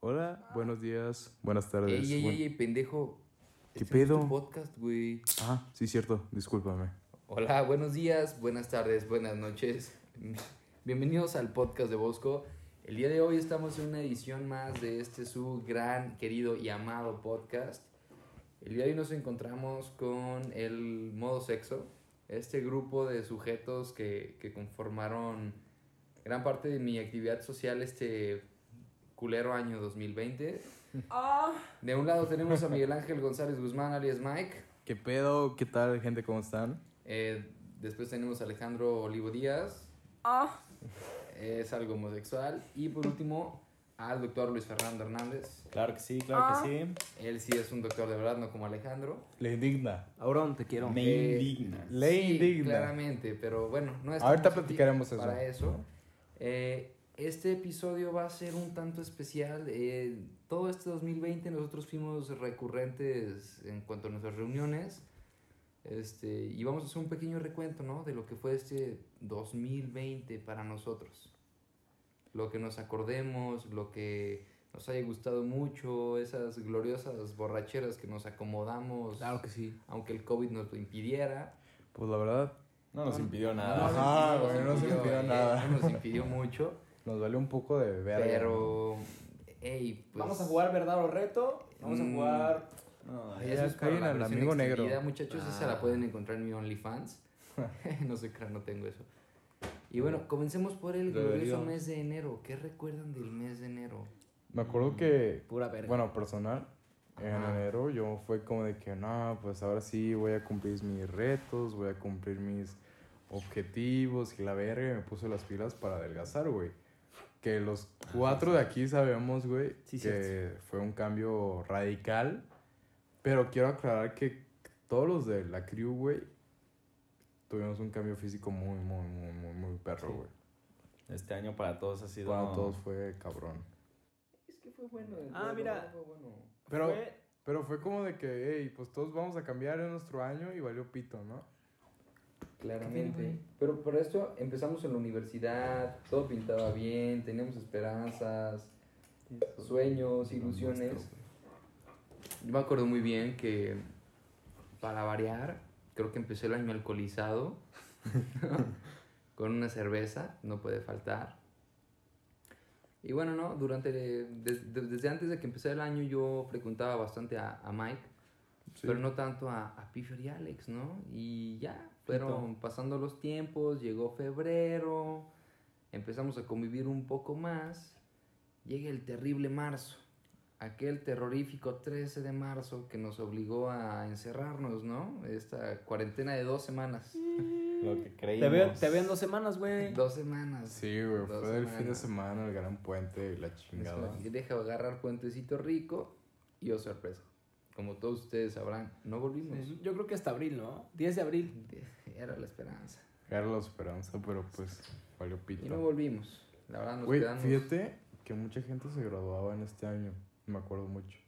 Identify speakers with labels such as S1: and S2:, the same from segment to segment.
S1: Hola, buenos días, buenas tardes.
S2: Ey, ey,
S1: buen-
S2: ey, ey, pendejo.
S1: ¿Qué
S2: no es tu
S1: pedo?
S2: podcast, güey.
S1: Ah, sí, cierto, discúlpame.
S2: Hola, buenos días, buenas tardes, buenas noches. Bienvenidos al podcast de Bosco. El día de hoy estamos en una edición más de este su gran, querido y amado podcast. El día de hoy nos encontramos con el modo sexo, este grupo de sujetos que, que conformaron gran parte de mi actividad social este culero año 2020. De un lado tenemos a Miguel Ángel González Guzmán, alias Mike.
S1: ¿Qué pedo? ¿Qué tal, gente? ¿Cómo están?
S2: Eh, después tenemos a Alejandro Olivo Díaz,
S3: Ah,
S2: es algo homosexual. Y por último, al doctor Luis Fernando Hernández.
S4: Claro que sí, claro
S3: Ah.
S4: que
S2: Él sí es un doctor de verdad, no como Alejandro.
S1: Le indigna.
S5: Auron, te quiero.
S4: sí. Me
S2: Eh,
S4: indigna.
S1: Le
S2: Sí,
S1: indigna.
S2: Claramente, pero bueno, no es
S1: Ahorita platicaremos eso.
S2: Para eso. Eh, este episodio va a ser un tanto especial. Eh, todo este 2020 nosotros fuimos recurrentes en cuanto a nuestras reuniones. Este, y vamos a hacer un pequeño recuento ¿no? de lo que fue este 2020 para nosotros. Lo que nos acordemos, lo que nos haya gustado mucho, esas gloriosas borracheras que nos acomodamos,
S5: Claro que sí.
S2: aunque el COVID nos lo impidiera.
S1: Pues la verdad,
S4: No nos impidió
S1: no,
S4: nada.
S1: Ajá,
S2: nos
S1: güey, no se impidió
S2: eh,
S1: nada.
S2: No nos impidió mucho,
S1: nos vale un poco de verga.
S2: pero... ey, pues,
S4: Vamos a jugar verdad o reto. Vamos a
S2: Mm.
S4: jugar. No,
S2: ay,
S4: ay,
S2: eso
S1: Ya
S2: es para
S1: callen
S2: la
S1: al
S2: versión
S1: amigo
S2: extendida,
S1: negro. Ah.
S2: Muchachos, esa la pueden encontrar en mi OnlyFans. no sé, claro, no tengo eso. Y bueno, comencemos por el glorioso
S5: Deberíamos.
S2: mes de enero. ¿Qué recuerdan del mes de enero?
S1: Me acuerdo que,
S4: mm,
S5: Pura verga.
S1: bueno, personal, en
S2: Ajá.
S1: enero yo fue como de que, no, pues ahora sí voy a cumplir mis retos, voy a cumplir mis objetivos y la verga, y me puse las pilas para adelgazar, güey. Que los cuatro de aquí sabemos, güey,
S5: Sí,
S1: que fue un cambio radical, pero quiero aclarar que todos los de la crew, güey, tuvimos un cambio físico muy, muy, muy, muy, muy perro,
S4: Sí.
S1: güey.
S4: Este año para todos ha sido.
S1: Para todos fue cabrón.
S2: Es que fue bueno.
S5: Ah, mira.
S1: Pero...
S4: Fue-
S1: Pero fue como de que, hey, pues todos vamos a cambiar en nuestro año y valió pito, ¿no?
S2: Claramente. Pero por esto empezamos en la universidad, todo pintaba bien, teníamos esperanzas, sueños, ilusiones. Yo me acuerdo muy bien que, para variar, creo que empecé el año alcoholizado, con una cerveza, no puede faltar. Y bueno, ¿no? Durante, des- de- desde antes de que empecé el año yo frecuentaba bastante a, a Mike, pero no tanto a, a Piffer y Alex, ¿no? Y ya, fueron pasando los tiempos, llegó febrero, empezamos a convivir un poco más, llega el terrible marzo, aquel terrorífico 13 de marzo que nos obligó a encerrarnos, ¿no? Esta cuarentena de dos semanas.
S4: Lo que creímos.
S5: Te veo, te veo en dos semanas, güey.
S2: Dos semanas.
S1: Sí, güey,
S2: Dos
S1: fue del fin de
S2: semanas.
S1: semana, el gran puente y la
S2: Es como
S1: chingada.
S2: que Deja agarrar puentecito rico y oh sorpresa. Como todos ustedes sabrán, no volvimos.
S5: Sí, Yo creo que hasta abril, ¿no? 10 de abril.
S2: Era la esperanza.
S1: Era la esperanza, pero pues valió
S2: Y no
S1: pito.
S2: volvimos. La verdad nos
S1: Güey,
S2: quedamos.
S1: fíjate que mucha gente se graduaba en este año, me acuerdo mucho.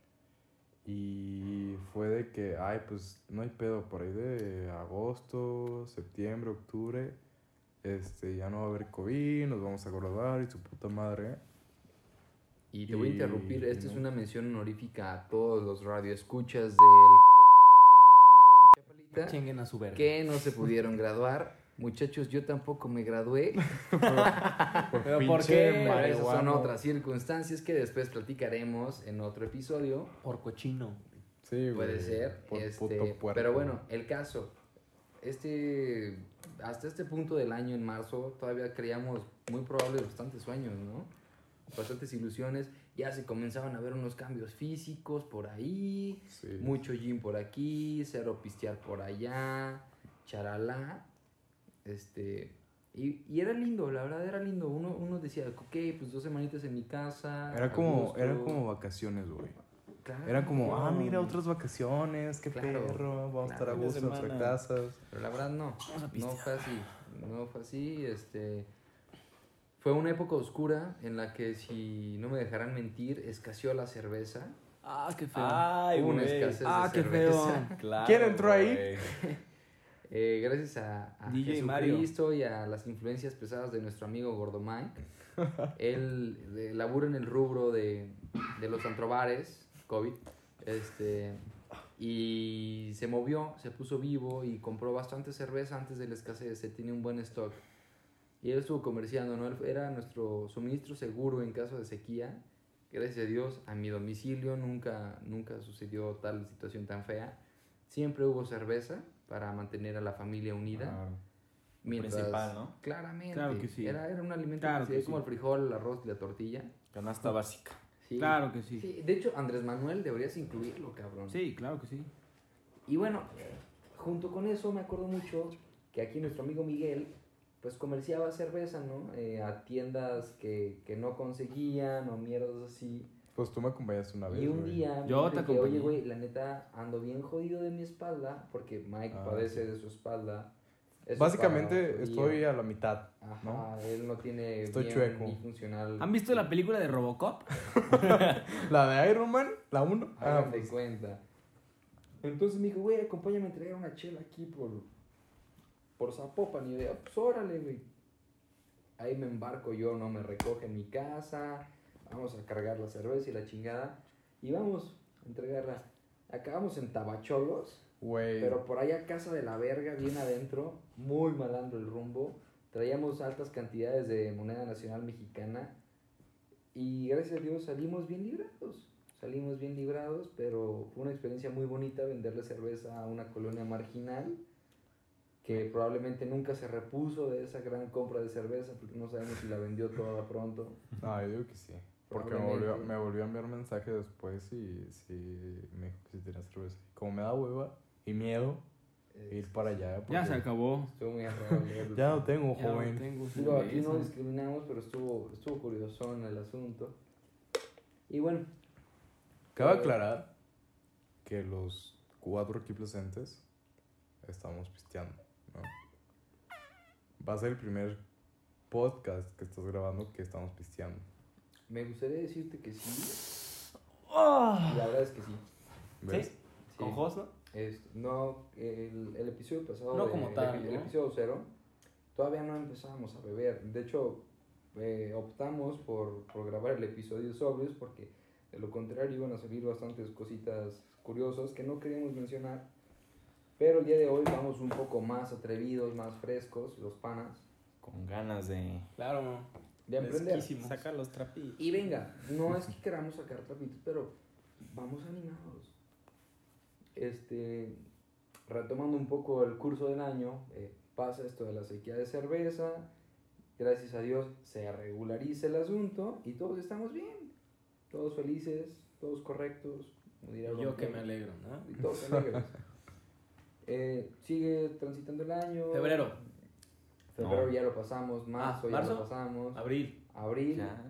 S1: Y fue de que, ay, pues no hay pedo, por ahí de agosto, septiembre, octubre, este, ya no va a haber COVID, nos vamos a graduar y su puta madre, ¿eh?
S2: Y te voy a
S1: Y-
S2: interrumpir. Esta es
S1: no.
S2: una mención honorífica a todos los radioescuchas del Colegio Salesiano Anáhuac Chapalita
S5: Chenguen a su verga.
S2: que no se pudieron graduar. Muchachos, yo tampoco me gradué.
S5: ¿Pero por
S1: pinche
S5: qué?
S2: Pero
S1: marihuana.
S2: esas son otras circunstancias que después platicaremos en otro episodio.
S5: Por cochino.
S1: Sí, güey.
S2: Puede ser.
S1: Por
S2: este,
S1: puto puerco.
S2: pero bueno, el caso. Este, hasta este punto del año, en marzo, todavía creíamos muy probables bastantes sueños, ¿no? Bastantes ilusiones. Ya se comenzaban a ver unos cambios físicos por ahí.
S1: Sí.
S2: Mucho gym por aquí, cero pistear por allá, charalá. Este, y, y era lindo, la verdad era lindo. Uno, uno decía, ok, pues dos semanitas en mi casa.
S1: Era
S2: a
S1: como,
S2: gusto".
S1: era como vacaciones, güey.
S2: Claro.
S1: Era como, ah,
S4: no.
S1: mira, otras vacaciones, qué
S2: Claro.
S1: perro, vamos a estar a
S4: Fin de
S1: gusto en nuestras
S4: semana.
S1: casas.
S2: Pero la verdad no, no fue así, no fue así, este... Fue una época oscura en la que, si no me dejarán mentir, escaseó la cerveza.
S5: Ah, qué feo.
S4: Ay,
S2: Hubo una
S4: güey.
S2: escasez
S5: Ah,
S2: de
S5: qué feo.
S2: cerveza.
S4: Claro,
S1: ¿Quién entró ahí?
S4: güey.
S2: Eh, gracias a, a
S4: DJ Mario.
S2: Jesucristo y a las influencias pesadas de nuestro amigo Gordo Mike, Él eh, labura en el rubro de, de los antrobares, COVID. Este, y se movió, se puso vivo y compró bastante cerveza antes de la escasez. Se tenía un buen stock. Y él estuvo comerciando, ¿no? Él era nuestro suministro seguro en caso de sequía. Gracias a Dios, a mi domicilio nunca, nunca sucedió tal situación tan fea. Siempre hubo cerveza para mantener a la familia unida.
S4: Claro.
S2: Mientras-
S4: Principal, ¿no?
S2: Claramente.
S3: Claro que sí.
S2: Era, era un alimento
S3: Claro
S2: que
S3: que
S2: como el
S3: sí.
S2: frijol, el arroz y la tortilla.
S4: Canasta básica.
S2: Sí.
S3: Claro que sí.
S2: Sí, De hecho, Andrés Manuel deberías incluirlo, cabrón.
S3: Sí, claro que sí.
S2: Y bueno, junto con eso me acuerdo mucho que aquí nuestro amigo Miguel, pues comerciaba cerveza, ¿no? Eh, a tiendas que, que no conseguían o mierdas así.
S1: Pues tú me acompañaste una vez.
S2: Y un
S1: güey.
S2: día
S3: Yo
S2: me
S3: te
S2: dije, oye,
S3: acompañé.
S2: güey, la neta ando bien jodido de mi espalda porque Mike
S1: Ah,
S2: padece de su espalda. Eso es para
S1: Básicamente
S2: otro
S1: estoy
S2: día.
S1: a la mitad.
S2: Ajá,
S1: ¿no?
S2: él no tiene
S1: Estoy
S2: bien
S1: chueco.
S2: ni funcional.
S3: ¿Han visto la película de Robocop?
S1: La de Iron Man, la 1. Ah,
S2: Háganme cuenta. Entonces me dijo, güey, acompáñame a entregar una chela aquí por, por Zapopan. Y yo, de, "Ah, pues órale, güey. Ahí me embarco yo, no me recoge en mi casa. Vamos a cargar la cerveza y la chingada. Y vamos a entregarla. Acabamos en Tabacholos,
S1: güey.
S2: pero por allá casa de la verga, bien adentro. Muy malandro el rumbo. Traíamos altas cantidades de moneda nacional mexicana. Y gracias a Dios salimos bien librados. Salimos bien librados, pero fue una experiencia muy bonita venderle cerveza a una colonia marginal que probablemente nunca se repuso de esa gran compra de cerveza porque no sabemos si la vendió toda pronto.
S1: No, yo digo que sí. Porque me
S2: Probablemente.
S1: volvió, me volvió a enviar mensaje después y sí, me dijo que si tenía cerveza. Como me da hueva y miedo ir para allá.
S3: Ya
S1: porque
S3: se acabó.
S2: Estuvo muy agradable.
S1: Ya no tengo,
S5: Ya no
S1: joven.
S5: tengo
S2: Digo, aquí
S5: cerveza.
S2: no discriminamos, pero estuvo, estuvo curioso en el asunto. Y bueno,
S1: Cabe
S2: Eh,
S1: aclarar que los cuatro aquí presentes estamos pisteando, ¿no? Va a ser el primer podcast que estás grabando que estamos pisteando.
S2: me gustaría decirte que sí.
S5: Ah.
S2: Y La verdad es que sí.
S1: ¿Ves?
S2: Sí.
S4: ¿Con Jos, no?
S2: Es- no, el, el episodio pasado.
S5: No
S2: de-
S5: como
S2: el
S5: tal,
S2: epi- El,
S5: ¿no?
S2: episodio cero, todavía no empezábamos a beber. De hecho, eh, optamos por, por grabar el episodio sobrios porque de lo contrario iban a salir bastantes cositas curiosas que no queríamos mencionar. Pero el día de hoy vamos un poco más atrevidos, más frescos, los panas,
S4: Con ganas de.
S5: Claro.
S2: de emprender.
S5: Fresquísimo.
S4: Sacar los trapitos.
S2: Y venga, no es que queramos sacar trapitos, pero vamos animados. Este, retomando un poco el curso del año, eh, pasa esto de la sequía de cerveza, gracias a Dios se regulariza el asunto y todos estamos bien, todos felices, todos correctos. como dirá
S5: Yo
S2: Ron
S5: que
S2: Jeremy.
S5: me alegro, ¿no?
S2: Y todos alegres. Eh, sigue transitando el año.
S5: Febrero,
S2: Febrero
S4: No.
S2: ya lo pasamos, marzo, ya
S5: ¿marzo?
S2: lo pasamos,
S5: abril.
S2: abril.
S4: Ya.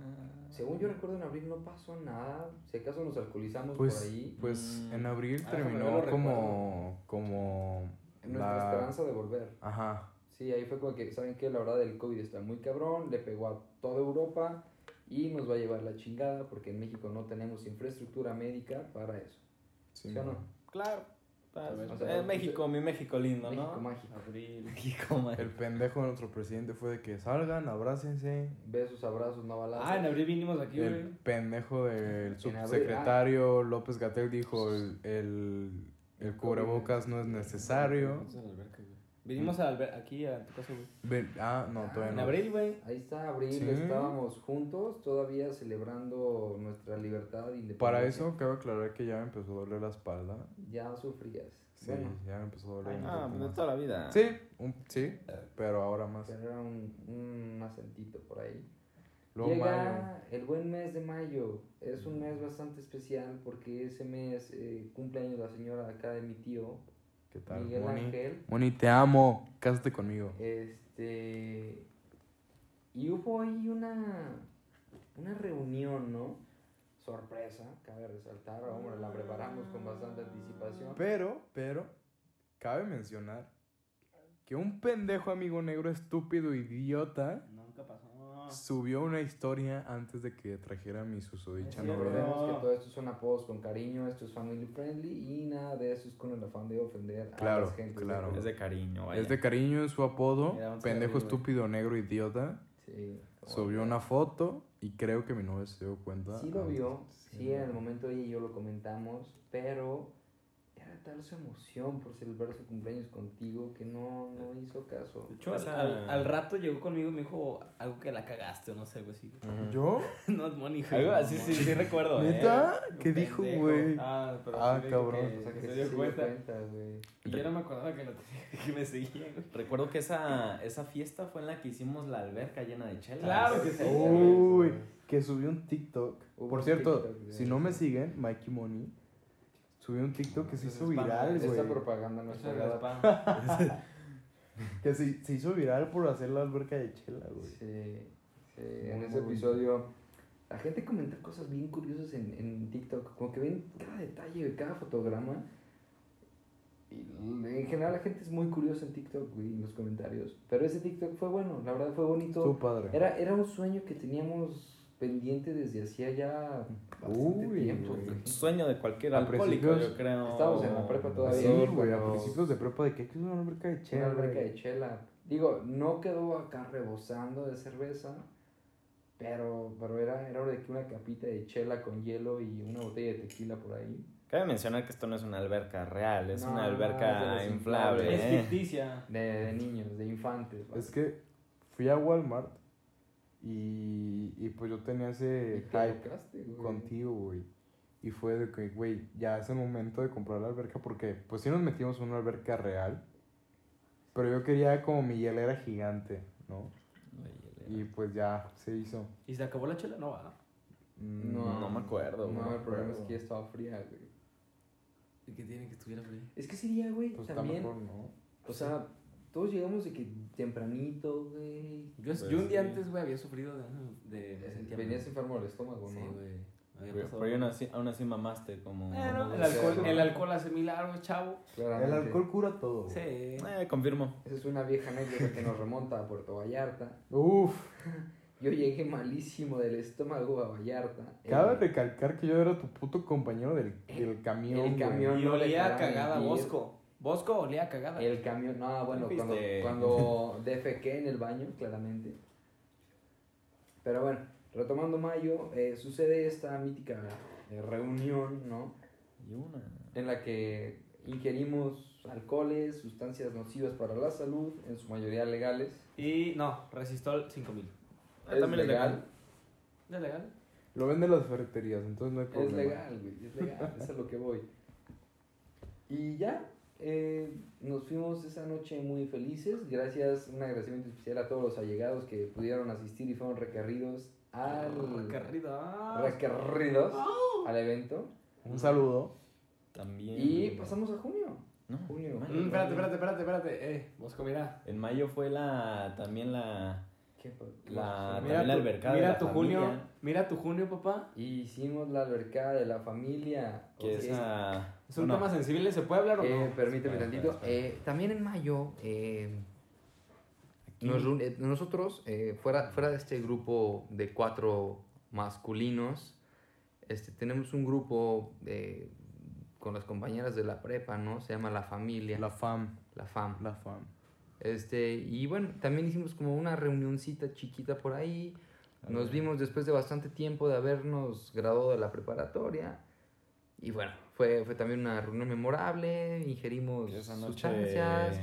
S2: Según yo recuerdo, en abril no pasó nada. Si acaso nos alcoholizamos por
S1: Pues,
S2: ahí.
S1: pues
S4: Mm.
S1: en abril
S5: Ah, déjame
S1: terminó
S5: ver, lo
S1: como, como
S2: En nuestra
S1: la-
S2: esperanza de volver.
S1: Ajá.
S2: Sí, ahí fue como que, ¿saben qué? La verdad, el COVID está muy cabrón, le pegó a toda Europa y nos va a llevar la chingada porque en México no tenemos infraestructura médica para eso.
S1: Sí,
S2: ¿Sí o no?
S4: Claro.
S2: ver,
S4: O
S2: a
S4: sea,
S2: ver.
S4: México, mi México lindo,
S2: México
S4: ¿no?
S2: mágico.
S4: Abril. México mágico.
S1: El pendejo de nuestro presidente fue de que salgan, abrácense.
S2: Besos, abrazos, no balazos.
S3: Ah, en abril vinimos aquí,
S1: El
S3: güey.
S1: pendejo del
S2: En abril,
S1: subsecretario López Gatel dijo el, el, el cubrebocas no es necesario.
S3: Vinimos a la alberca, güey.
S1: Vinimos
S3: Vinimos a la alber- aquí a tu casa, güey.
S1: Ven- ah, no, todavía
S3: En
S1: no.
S3: abril, güey.
S2: Ahí está, abril,
S1: Sí.
S2: estábamos juntos, todavía celebrando nuestra libertad e independencia.
S1: Para eso, cabe aclarar que ya me empezó a doler la espalda.
S2: Ya sufrías.
S1: Sí,
S2: Bueno,
S1: ya me empezó a doler. un
S4: Ah,
S1: poco
S4: de
S3: pues,
S1: más.
S4: toda la vida.
S1: Sí, un- sí, pero ahora más.
S2: pero era un, un acentito por ahí.
S1: Luego mayo.
S2: Llega el buen mes de mayo. Es un mes bastante especial porque ese mes eh, cumpleaños la señora de acá de mi tío,
S1: ¿Qué tal?
S2: Miguel
S1: Moni?
S2: Ángel.
S1: Moni, te amo. Cásate conmigo.
S2: Este. Y hubo ahí una. Una reunión, ¿no? Sorpresa, cabe resaltar. Hombre, la preparamos con bastante anticipación.
S1: Pero, pero, cabe mencionar que un pendejo amigo negro estúpido idiota
S3: Nunca pasó.
S1: subió una historia antes de que trajera mi susodicha
S3: Es
S1: novia.
S3: cierto.
S2: Recordemos que todo esto son apodos con cariño, esto es family friendly y nada de eso es con el afán de ofender a
S1: Claro,
S2: las gentes. de
S1: claro.
S2: color.
S4: Es de cariño, vaya.
S1: Es de cariño, es su apodo.
S3: Mira, vamos a
S1: pendejo
S3: abrir, güey.
S1: estúpido negro idiota.
S2: Sí.
S1: Subió una foto y creo que mi novia se dio cuenta.
S2: Sí lo
S1: antes.
S2: vio,
S1: Sí,
S2: sí, en el momento ella y yo lo comentamos, pero era tal su emoción por celebrar su cumpleaños contigo que no, no hizo caso.
S4: De hecho,
S3: Al,
S4: esa-
S3: al- al rato llegó conmigo y me dijo algo que la cagaste o no sé, algo así.
S1: Ajá. ¿Yo?
S3: Not money, hijo.
S4: Mm. Algo así, sí, sí recuerdo. ¿eh?
S1: ¿Neta?
S4: Un
S1: ¿Qué dijo,
S4: pendejo.
S1: güey?
S4: Ah, pero
S1: Ah,
S4: sí me dijo
S1: cabrón.
S4: que-
S2: O sea,
S4: que
S2: que
S4: se
S2: sí
S4: dio cuenta.
S2: güey.
S3: Y yo no me acordaba que, lo que me seguía, güey.
S4: Recuerdo que esa, esa fiesta fue en la que hicimos la alberca llena de chelas.
S3: Claro que sí.
S1: Uy, que subió un TikTok.
S2: Hubo
S1: Por
S2: un
S1: cierto,
S2: TikTok de
S1: si no me
S2: eso.
S1: siguen, Mikey Money subió un TikTok que se
S4: Eso
S1: hizo
S4: es spam,
S1: viral,
S4: eso
S2: Esta
S1: güey.
S2: propaganda no es
S4: Eso
S2: pagada.
S4: era
S1: Que se, se hizo viral por hacer la alberca de chela, güey.
S2: Sí, sí, en
S1: Muy, muy
S2: ese
S1: bonito.
S2: episodio la gente comenta cosas bien curiosas en, en TikTok, como que ven cada detalle de cada fotograma. Y en general la gente es muy curiosa en TikTok, güey, en los comentarios. Pero ese TikTok fue bueno, la verdad fue bonito.
S1: Estuvo padre.
S2: Era, era un sueño que teníamos pendiente desde hacía ya bastante
S1: Uy,
S2: tiempo,
S1: güey.
S2: güey.
S4: El sueño de cualquier
S1: A
S4: alcohólico,
S1: principios-
S4: yo creo.
S2: Estábamos en la prepa todavía.
S1: Sí,
S2: Era
S1: güey, a
S2: cuando-
S1: principios de prepa de que hay que hacer una alberca de chela.
S2: Una alberca de
S1: güey.
S2: chela. Digo, no quedó acá rebosando de cerveza, pero, pero era, era hora de que una capita de chela con hielo y una botella de tequila por ahí.
S4: Cabe mencionar que esto no es una alberca real, es
S2: No,
S4: una
S2: no, es de
S4: alberca
S2: los
S4: inflable.
S2: inflables.
S4: ¿eh?
S3: Es ficticia.
S2: De, de niños, de infantes. vaya.
S1: Es que fui a Walmart y, y pues yo tenía
S2: Y
S1: ese
S2: te
S1: hype
S2: locaste, güey.
S1: contigo, güey. Y fue de que, güey, ya es el momento de comprar la alberca porque, pues sí nos metimos en una alberca real, pero yo quería como mi hielera gigante, ¿no? Y pues ya se hizo.
S5: ¿Y se acabó la chela? No, va.
S1: Mm,
S2: No,
S4: No me acuerdo,
S2: No,
S4: güey.
S2: el problema es
S1: acuerdo.
S2: que ya estaba fría, güey.
S5: ¿Y qué tiene que estuviera fría?
S2: Es que ese día, güey,
S1: Pues está
S2: también.
S1: mejor, ¿no?
S2: O sea, todos llegamos de que tempranito, güey.
S5: Yo,
S4: Pues
S5: yo un día
S4: sí.
S5: antes, güey, había sufrido de... de me sentía mal.
S2: Venías enfermo del estómago,
S5: Sí,
S2: ¿no?
S5: güey. Me había
S4: Pero
S5: pasado-
S4: pero aún así, aún así mamaste como...
S5: Bueno, el
S2: O sea,
S5: alcohol,
S2: güey.
S5: el alcohol hace milagros, chavo.
S1: El
S2: Claramente.
S1: alcohol cura todo. güey.
S5: Sí.
S4: Eh, confirmo.
S2: Esa es una vieja anécdota que nos remonta a Puerto Vallarta.
S1: Uf,
S2: Yo llegué malísimo del estómago a Vallarta.
S1: cabe
S2: El-
S1: recalcar que yo era tu puto compañero del, del camión.
S2: Eh, el
S1: güey.
S2: camión.
S3: Y
S2: No le
S3: olía a
S2: cagaban
S3: cagada a
S2: el beer.
S3: Bosco. Bosco olía a
S5: Ah.
S3: cagada.
S2: El camión, no, bueno, cuando,
S4: Fuiste.
S2: cuando defequé en el baño, claramente. Pero bueno, retomando mayo, eh, sucede esta mítica eh, reunión, ¿no?
S4: Y una...
S2: En la que ingerimos alcoholes, sustancias nocivas para la salud, en su mayoría legales.
S3: Y no, resistol 5000.
S4: Ah, también es legal.
S5: ¿Es legal?
S1: Lo venden las ferreterías, entonces no hay
S2: Es
S1: problema.
S2: legal, güey, es legal, es a lo que voy. Y ya, eh, nos fuimos esa noche muy felices. Gracias, un agradecimiento especial a todos los allegados que pudieron asistir y fueron requerridos
S5: Ah,
S2: al.
S5: Recarrido.
S2: requerridos al evento.
S1: Un saludo.
S4: También...
S2: Y pasamos a junio.
S4: No,
S2: junio.
S4: en mayo.
S5: Mm, espérate, espérate, espérate, espérate. Eh, Bosco, mira.
S4: En mayo fue la... también la...
S2: ¿Qué pa- qué
S4: La-
S2: pasó?
S4: También la albercada de
S5: mira
S4: la
S5: tu
S4: familia.
S5: junio, mira tu junio, papá.
S2: Hicimos la albercada de la familia.
S4: que
S2: Ok.
S4: esa...
S5: Es un
S4: no,
S5: tema sensible, ¿se puede hablar o
S2: Eh,
S5: no?
S2: permíteme
S4: Espera,
S2: tantito.
S4: espera, espera.
S2: Eh, también en mayo, eh, nos reun- eh, nosotros, eh, fuera, fuera de este grupo de cuatro masculinos, este, tenemos un grupo eh, con las compañeras de la prepa, ¿no? Se llama La Familia,
S1: La
S2: La,
S1: fam.
S2: FAM.
S1: La fam.
S2: Este, y bueno, también hicimos como una reunioncita chiquita por ahí. Nos vimos después de bastante tiempo de habernos graduado de la preparatoria. Y bueno, fue, fue también una reunión memorable. Ingerimos
S4: Esa noche...
S2: sustancias,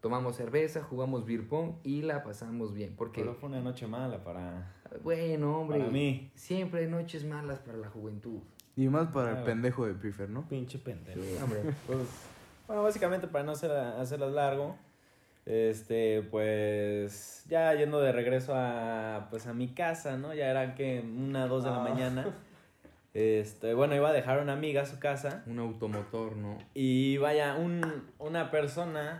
S2: tomamos cerveza, jugamos beer pong y la pasamos bien. Porque,
S4: Pero fue una noche mala para...
S2: bueno, hombre,
S4: Para mí.
S2: siempre hay noches malas para la juventud.
S1: Y más para el
S2: Ah.
S4: Claro.
S1: pendejo de Pifer, ¿no?
S4: Pinche pendejo.
S2: Hombre,
S4: Bueno, básicamente para no hacer, hacerlas largo, este, pues ya yendo de regreso a, pues a mi casa, ¿no? Ya eran que una, dos de la
S3: Ah.
S4: mañana. Este, bueno, iba a dejar a una amiga a su casa
S2: un automotor, ¿no?
S4: y vaya, un, una persona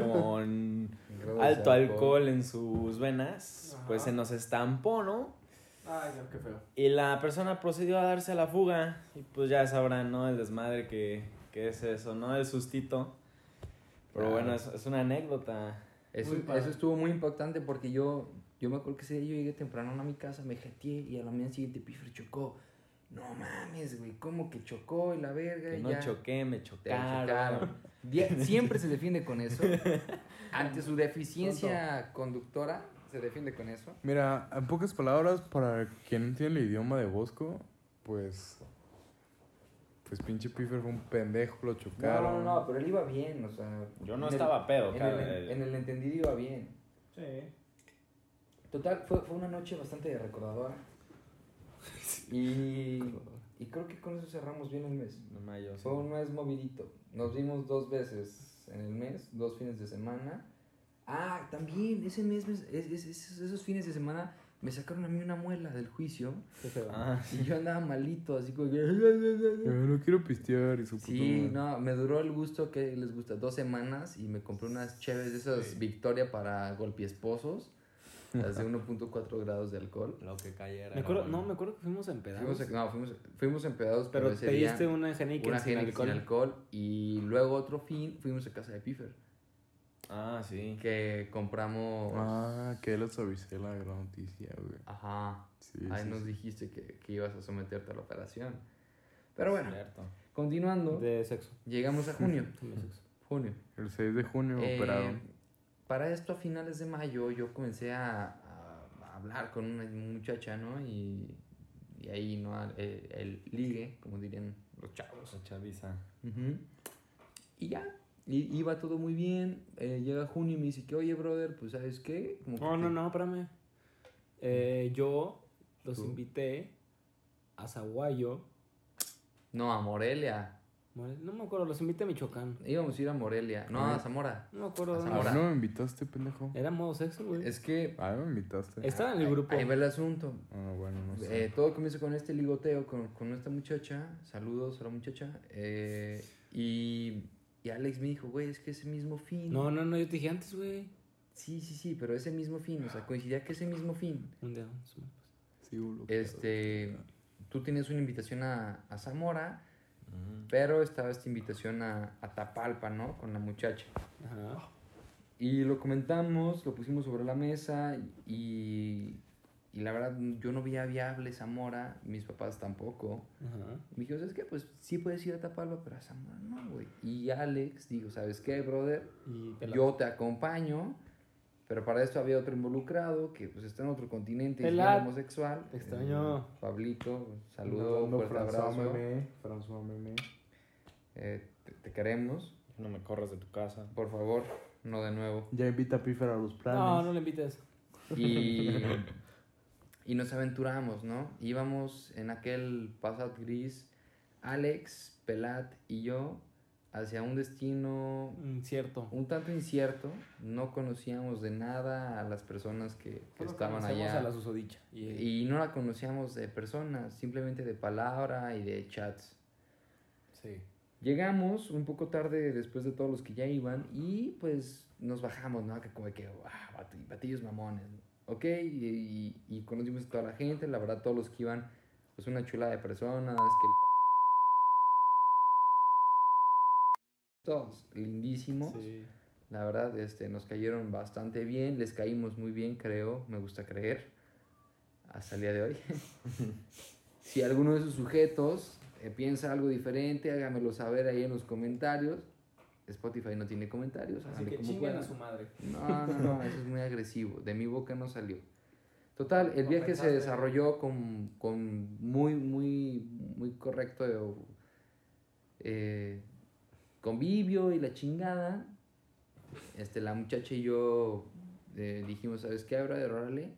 S4: con
S2: Grados de
S4: alto alcohol en sus venas, pues
S5: Ajá.
S4: se nos estampó, ¿no?
S5: Ay, no, qué feo.
S4: Y la persona procedió a darse a la fuga. Y pues ya sabrán, ¿no? El desmadre que, que es eso, ¿no? El sustito. Pero
S2: Claro.
S4: bueno, es, es una anécdota.
S2: Eso,
S5: Muy padre.
S2: eso estuvo muy impactante porque yo, yo me acuerdo que ese día yo llegué temprano a mi casa, me jeteé y a la mañana siguiente Pifer chocó. No mames, güey, ¿cómo que chocó y la verga?
S4: Que
S2: y
S4: no
S2: ya
S4: choqué, me
S2: te
S4: chocaron.
S2: chocaron. Die- Siempre se defiende con eso. Ante su deficiencia conductora, se defiende con eso.
S1: Mira, en pocas palabras, para quien no tiene el idioma de Bosco, pues. Pues pinche Piffer fue un pendejo, lo
S2: No,
S1: chocaron.
S2: no, no, pero él iba bien, o sea.
S4: Yo no
S2: en el-
S4: estaba pedo,
S2: En
S4: cabrón.
S2: el, en el entendido iba bien.
S5: Sí.
S2: Total, fue, fue una noche bastante recordadora. Y, y creo que con eso cerramos bien el mes.
S4: No, ma, yo sí.
S2: Fue un mes movidito. Nos vimos dos veces en el mes, dos fines de semana. Ah, también, ese mes, mes- es- es- es- esos fines de semana me sacaron a mí una muela del juicio
S4: Ah,
S2: y yo andaba malito, así como
S1: Yo
S2: que...
S1: no quiero pistear y su puta
S2: Sí,
S1: madre.
S2: no, me duró el gusto que les gusta, dos semanas y me compré unas chéves de esas Victoria para golpiesposos, las de 1.4 grados de alcohol.
S3: Lo que cayera.
S4: Me
S3: Me
S4: acuerdo-
S3: acuerdo, no, me acuerdo que fuimos a empedar.
S2: Fuimos, no, fuimos, fuimos empedados, pero,
S3: Pero
S2: ese día...
S3: pediste una Heineken
S2: una
S3: sin
S2: Heineken
S3: alcohol.
S2: sin alcohol y luego otro fin fuimos a casa de Piffer
S4: ah, sí.
S2: que compramos
S1: Ah, que los avisé la gran noticia, güey.
S2: ajá
S1: Sí,
S2: ahí
S1: sí,
S2: nos
S1: sí.
S2: dijiste que, que ibas a someterte a la operación pero bueno
S4: Cierto.
S2: continuando
S5: De sexo.
S2: llegamos a junio junio
S1: El 6 de junio
S2: Eh,
S1: operaron.
S2: para esto a finales de mayo yo comencé a, a- a hablar con una muchacha no y, y ahí no Eh, el ligue como dirían los chavos
S4: La chaviza.
S2: Ujú. Y ya, i- iba todo muy bien. eh, llega junio y me dice que, oye, brother, pues sabes qué. Como que
S3: No,
S2: te-
S3: no, no, espérame. Eh,
S2: Mm.
S3: yo los
S1: Tú.
S3: invité a Zaguayo.
S2: No, a Morelia.
S3: More- No me acuerdo, los invité a Michoacán.
S2: Íbamos a ir a Morelia. No, a Zamora.
S3: No me acuerdo.
S2: A
S3: dónde.
S1: ¿A
S2: Zamora.
S1: mí Ah, no me invitaste, pendejo?
S2: Eh,
S3: Era modo sexo, güey.
S2: Es que.
S1: A mí me invitaste.
S3: Estaba en el grupo.
S2: Ahí va el asunto.
S1: Ah, bueno, no sé.
S2: este, Eh, todo comienza con este ligoteo con, con esta muchacha. Saludos a la muchacha. eh, y, y Alex me dijo, güey, es que ese mismo fin.
S3: No, no, no, yo te dije antes, güey.
S2: Sí, sí, sí, pero ese mismo fin. O sea, coincidía que ese mismo fin.
S3: Un dedo. en su mano.
S1: Sí, bloqueado.
S2: Este. Tú tienes una invitación a, a Zamora. Pero estaba esta invitación a, a Tapalpa, ¿no? Con la muchacha.
S3: Ajá.
S2: Y lo comentamos, lo pusimos sobre la mesa y, y la verdad yo no veía viable Zamora, mis papás tampoco.
S3: Ajá.
S2: Me dijeron, ¿sabes qué? Pues sí puedes ir a Tapalpa, pero a Zamora no, güey. Y Alex dijo, ¿sabes qué, brother?
S3: Y pelado.
S2: Yo te acompaño, pero para esto había otro involucrado que pues está en otro continente y es
S3: Pelat.
S2: homosexual.
S3: Te extraño.
S2: Eh, Pablito, saludo, fuerte abrazo.
S1: Meme, François Meme.
S2: Eh, te- te queremos.
S4: No me corras de tu casa.
S2: Por favor, no de nuevo.
S1: Ya invita a Piffer a los planes.
S3: No, no le invites.
S2: Y, y nos aventuramos, ¿no? Íbamos en aquel Passat gris, Alex, Pelat y yo, hacia un destino
S3: Mm, Cierto.
S2: un tanto incierto. No conocíamos de nada a las personas que, que
S3: Solo
S2: estaban
S3: conocemos
S2: allá.
S3: a la susodicha. Y,
S2: Y no la conocíamos de personas, simplemente de palabra y de chats.
S3: Sí.
S2: Llegamos un poco tarde después de todos los que ya iban y pues nos bajamos, ¿no? Que como de que, ah, bati- batillos mamones, ¿no? ¿ok? Y, y- y conocimos a toda la gente, la verdad todos los que iban, pues una chula de personas, que el... Todos, lindísimos.
S3: Sí.
S2: La verdad, este, nos cayeron bastante bien, les caímos muy bien, creo, me gusta creer, hasta el día de hoy. si alguno de sus sujetos eh, piensa algo diferente, hágamelo saber ahí en los comentarios. Spotify no tiene comentarios,
S3: Así
S2: háganle
S3: que
S2: como
S3: chinguen a
S2: puedan.
S3: su madre.
S2: No, no, no, eso es muy agresivo. De mi boca no salió. Total, el
S3: No
S2: viaje se
S3: pensaste.
S2: desarrolló con, con muy, muy, muy correcto eh, convivio y la chingada. Este, la muchacha y yo eh, dijimos, ¿sabes qué, brother? Órale.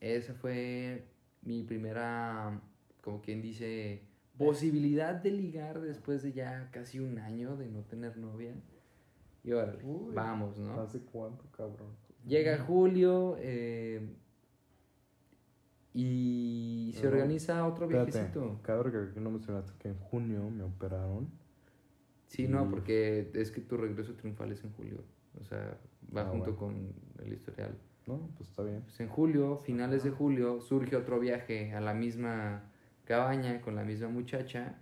S2: Esa fue mi primera, como quien dice, posibilidad de ligar después de ya casi un año de no tener novia. Y órale,
S1: Uy.
S2: vamos, ¿no?
S1: ¿Hace cuánto, cabrón?
S2: Llega julio eh, y se
S1: Pero,
S2: organiza otro
S1: Espérate,
S2: viajecito.
S1: cabrón, que creo que no mencionaste que en junio me operaron.
S2: Sí, no, porque es que tu regreso triunfal es en julio. O sea, va
S1: Ah,
S2: junto
S1: bueno.
S2: con el historial.
S1: No, pues está bien.
S2: Pues en julio, finales de julio, surge otro viaje a la misma cabaña con la misma muchacha.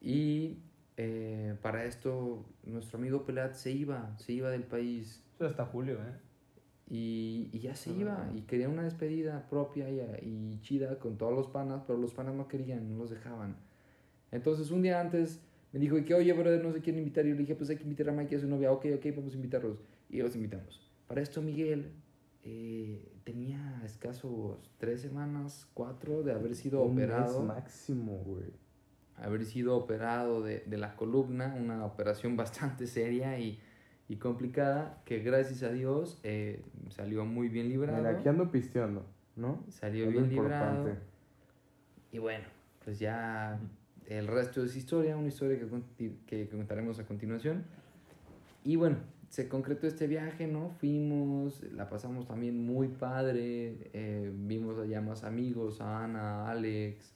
S2: Y eh, para esto, nuestro amigo Pelat se iba, se iba del país.
S5: Eso hasta julio, ¿eh?
S2: Y, y ya se
S1: Ah,
S2: iba, y quería una despedida propia y, y chida con todos los panas, pero los panas no querían, no los dejaban. Entonces un día antes me dijo que, oye, brother, no se quieren invitar. Y yo le dije, pues hay que invitar a Mike y a su novia, ok, ok, vamos a invitarlos. Y los invitamos. Para esto Miguel eh, tenía escasos tres semanas, cuatro de haber sido
S1: Un mes
S2: operado.
S1: máximo, güey.
S2: haber sido operado de, de la columna, una operación bastante seria y, y complicada, que gracias a Dios eh, salió muy bien librado.
S1: Mira, aquí ando pisteando, ¿no?
S2: Salió
S1: Es lo
S2: bien librado.
S1: importante.
S2: Y bueno, pues ya el resto es historia, una historia que, conti- que contaremos a continuación. Y bueno, se concretó este viaje, ¿no? Fuimos, la pasamos también muy padre, eh, vimos allá más amigos, a Ana, a Alex,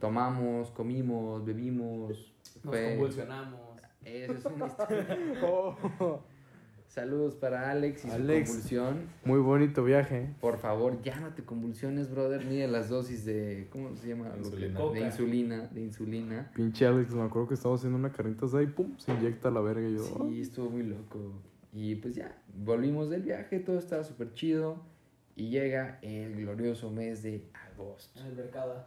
S2: tomamos, comimos, bebimos.
S5: Nos
S2: fue-
S5: convulsionamos.
S2: Eso es una historia.
S1: Oh,
S2: Saludos para Alex y
S1: Alex.
S2: su convulsión.
S1: muy bonito viaje.
S2: Por favor, ya no te convulsiones, brother. Mide las dosis de. ¿Cómo se llama? Lo que-
S4: Insulina.
S2: De
S5: Coca.
S2: insulina. De insulina.
S1: Pinche Alex, me acuerdo que estábamos haciendo una carnita asada y pum, se inyecta la verga y yo. ah,
S2: Sí, estuvo muy loco. Y pues ya, volvimos del viaje, todo estaba súper chido. Y llega el glorioso mes de agosto.
S5: En el mercado.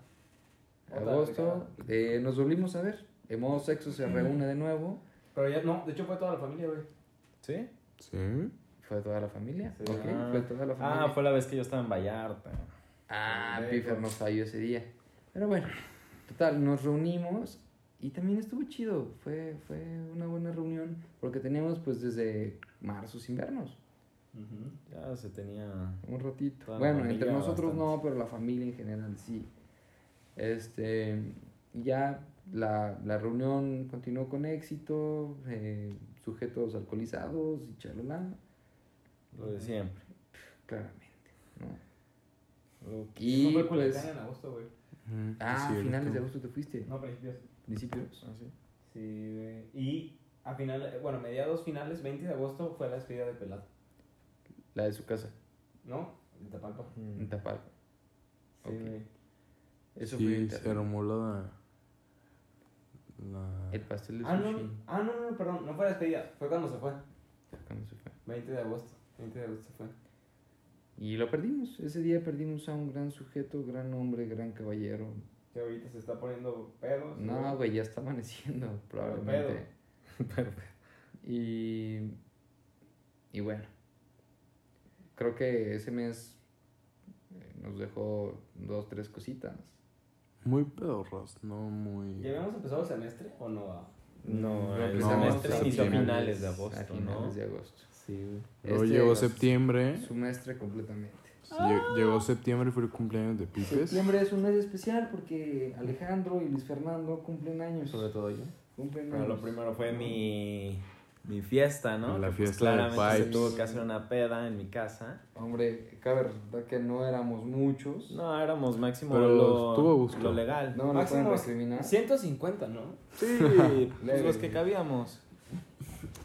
S5: Otra
S2: Agosto, eh, nos volvimos a ver. El modo sexo se reúne de nuevo.
S5: Pero ya, no, de hecho fue toda la familia, güey.
S4: ¿Sí?
S1: "Ah, Sí.
S2: Fue toda la familia.
S5: Sí.
S2: Ok,
S4: Ah.
S2: fue toda la familia.
S4: Ah, fue la vez que yo estaba en Vallarta.
S2: Ah,
S5: Pendejo.
S2: Piffer nos falló ese día. Pero bueno, total, nos reunimos y también estuvo chido. Fue, fue una buena reunión porque teníamos pues desde marzo sin vernos.
S4: Ya se tenía...
S2: Un ratito.
S4: Toda la
S2: bueno,
S4: familia
S2: entre nosotros
S4: bastante.
S2: no, pero la familia en general sí. Este, ya la, la reunión continuó con éxito, eh, sujetos alcoholizados y chalala,
S4: Lo de siempre.
S2: claramente. ¿no?
S4: Lo-
S5: no
S2: Y pues...
S5: fue Culiacán en agosto, güey.
S1: Mm,
S2: Ah,
S1: sí,
S2: finales de
S1: ahorita.
S2: agosto te fuiste.
S5: No, principios.
S2: Principios.
S4: ¿Ah, sí?
S5: Sí, güey. Y a final, bueno, mediados finales, 20 de agosto fue la despedida de Pelado.
S2: La de su casa,
S5: ¿No? De Tapalpa.
S1: Mm.
S4: Mm.
S2: en Tapalpa.
S5: Sí,
S2: Ok.
S5: güey.
S2: Eso
S1: Sí,
S2: fue
S1: se
S2: internet.
S1: armó la. la-
S2: El pastel de
S5: Ah,
S2: sushi.
S5: no, ah, no, no, no, perdón. No fue la despedida. Fue cuando se fue.
S2: cuando se fue.
S5: 20 de agosto. 20 de agosto se fue.
S2: Y lo perdimos. Ese día perdimos a un gran sujeto, gran hombre, gran caballero.
S5: Que ahorita se está poniendo pedos.
S2: No, güey, ya está amaneciendo, probablemente. Y. Y bueno. Creo que ese mes eh, nos dejó dos, tres cositas.
S1: Muy pedorras, no muy.
S5: ¿Ya habíamos empezado el semestre o no? Ah,
S4: No, el
S1: no,
S4: semestre
S1: sí,
S4: inició a
S1: finales-
S4: finales de
S2: a
S4: agosto,
S2: finales
S4: ¿no?
S2: de agosto.
S4: Sí, güey.
S1: Luego
S2: Este
S1: llegó
S2: nos-
S1: septiembre.
S2: Semestre completamente.
S1: Sí, Pues, lle- Llegó septiembre y fue el cumpleaños de Pipes.
S2: Septiembre es un mes especial porque Alejandro y Luis Fernando cumplen años.
S5: Sobre todo yo.
S2: Cumplen
S4: Pero lo
S2: años.
S4: primero fue mi, mi fiesta, ¿no?
S1: La
S4: Que, pues,
S1: fiesta de
S4: claramente se
S1: Pipes.
S4: tuvo que hacer una peda en mi casa.
S2: Hombre, cabe resaltar que no éramos muchos. No,
S4: No, éramos máximo
S1: Pero
S4: lo,
S1: estuvo a gusto.
S4: lo legal.
S2: no nos pueden
S5: Máximo
S2: recriminar.
S5: 150, ¿no?
S4: Sí,
S2: Leve.
S4: pues los que cabíamos.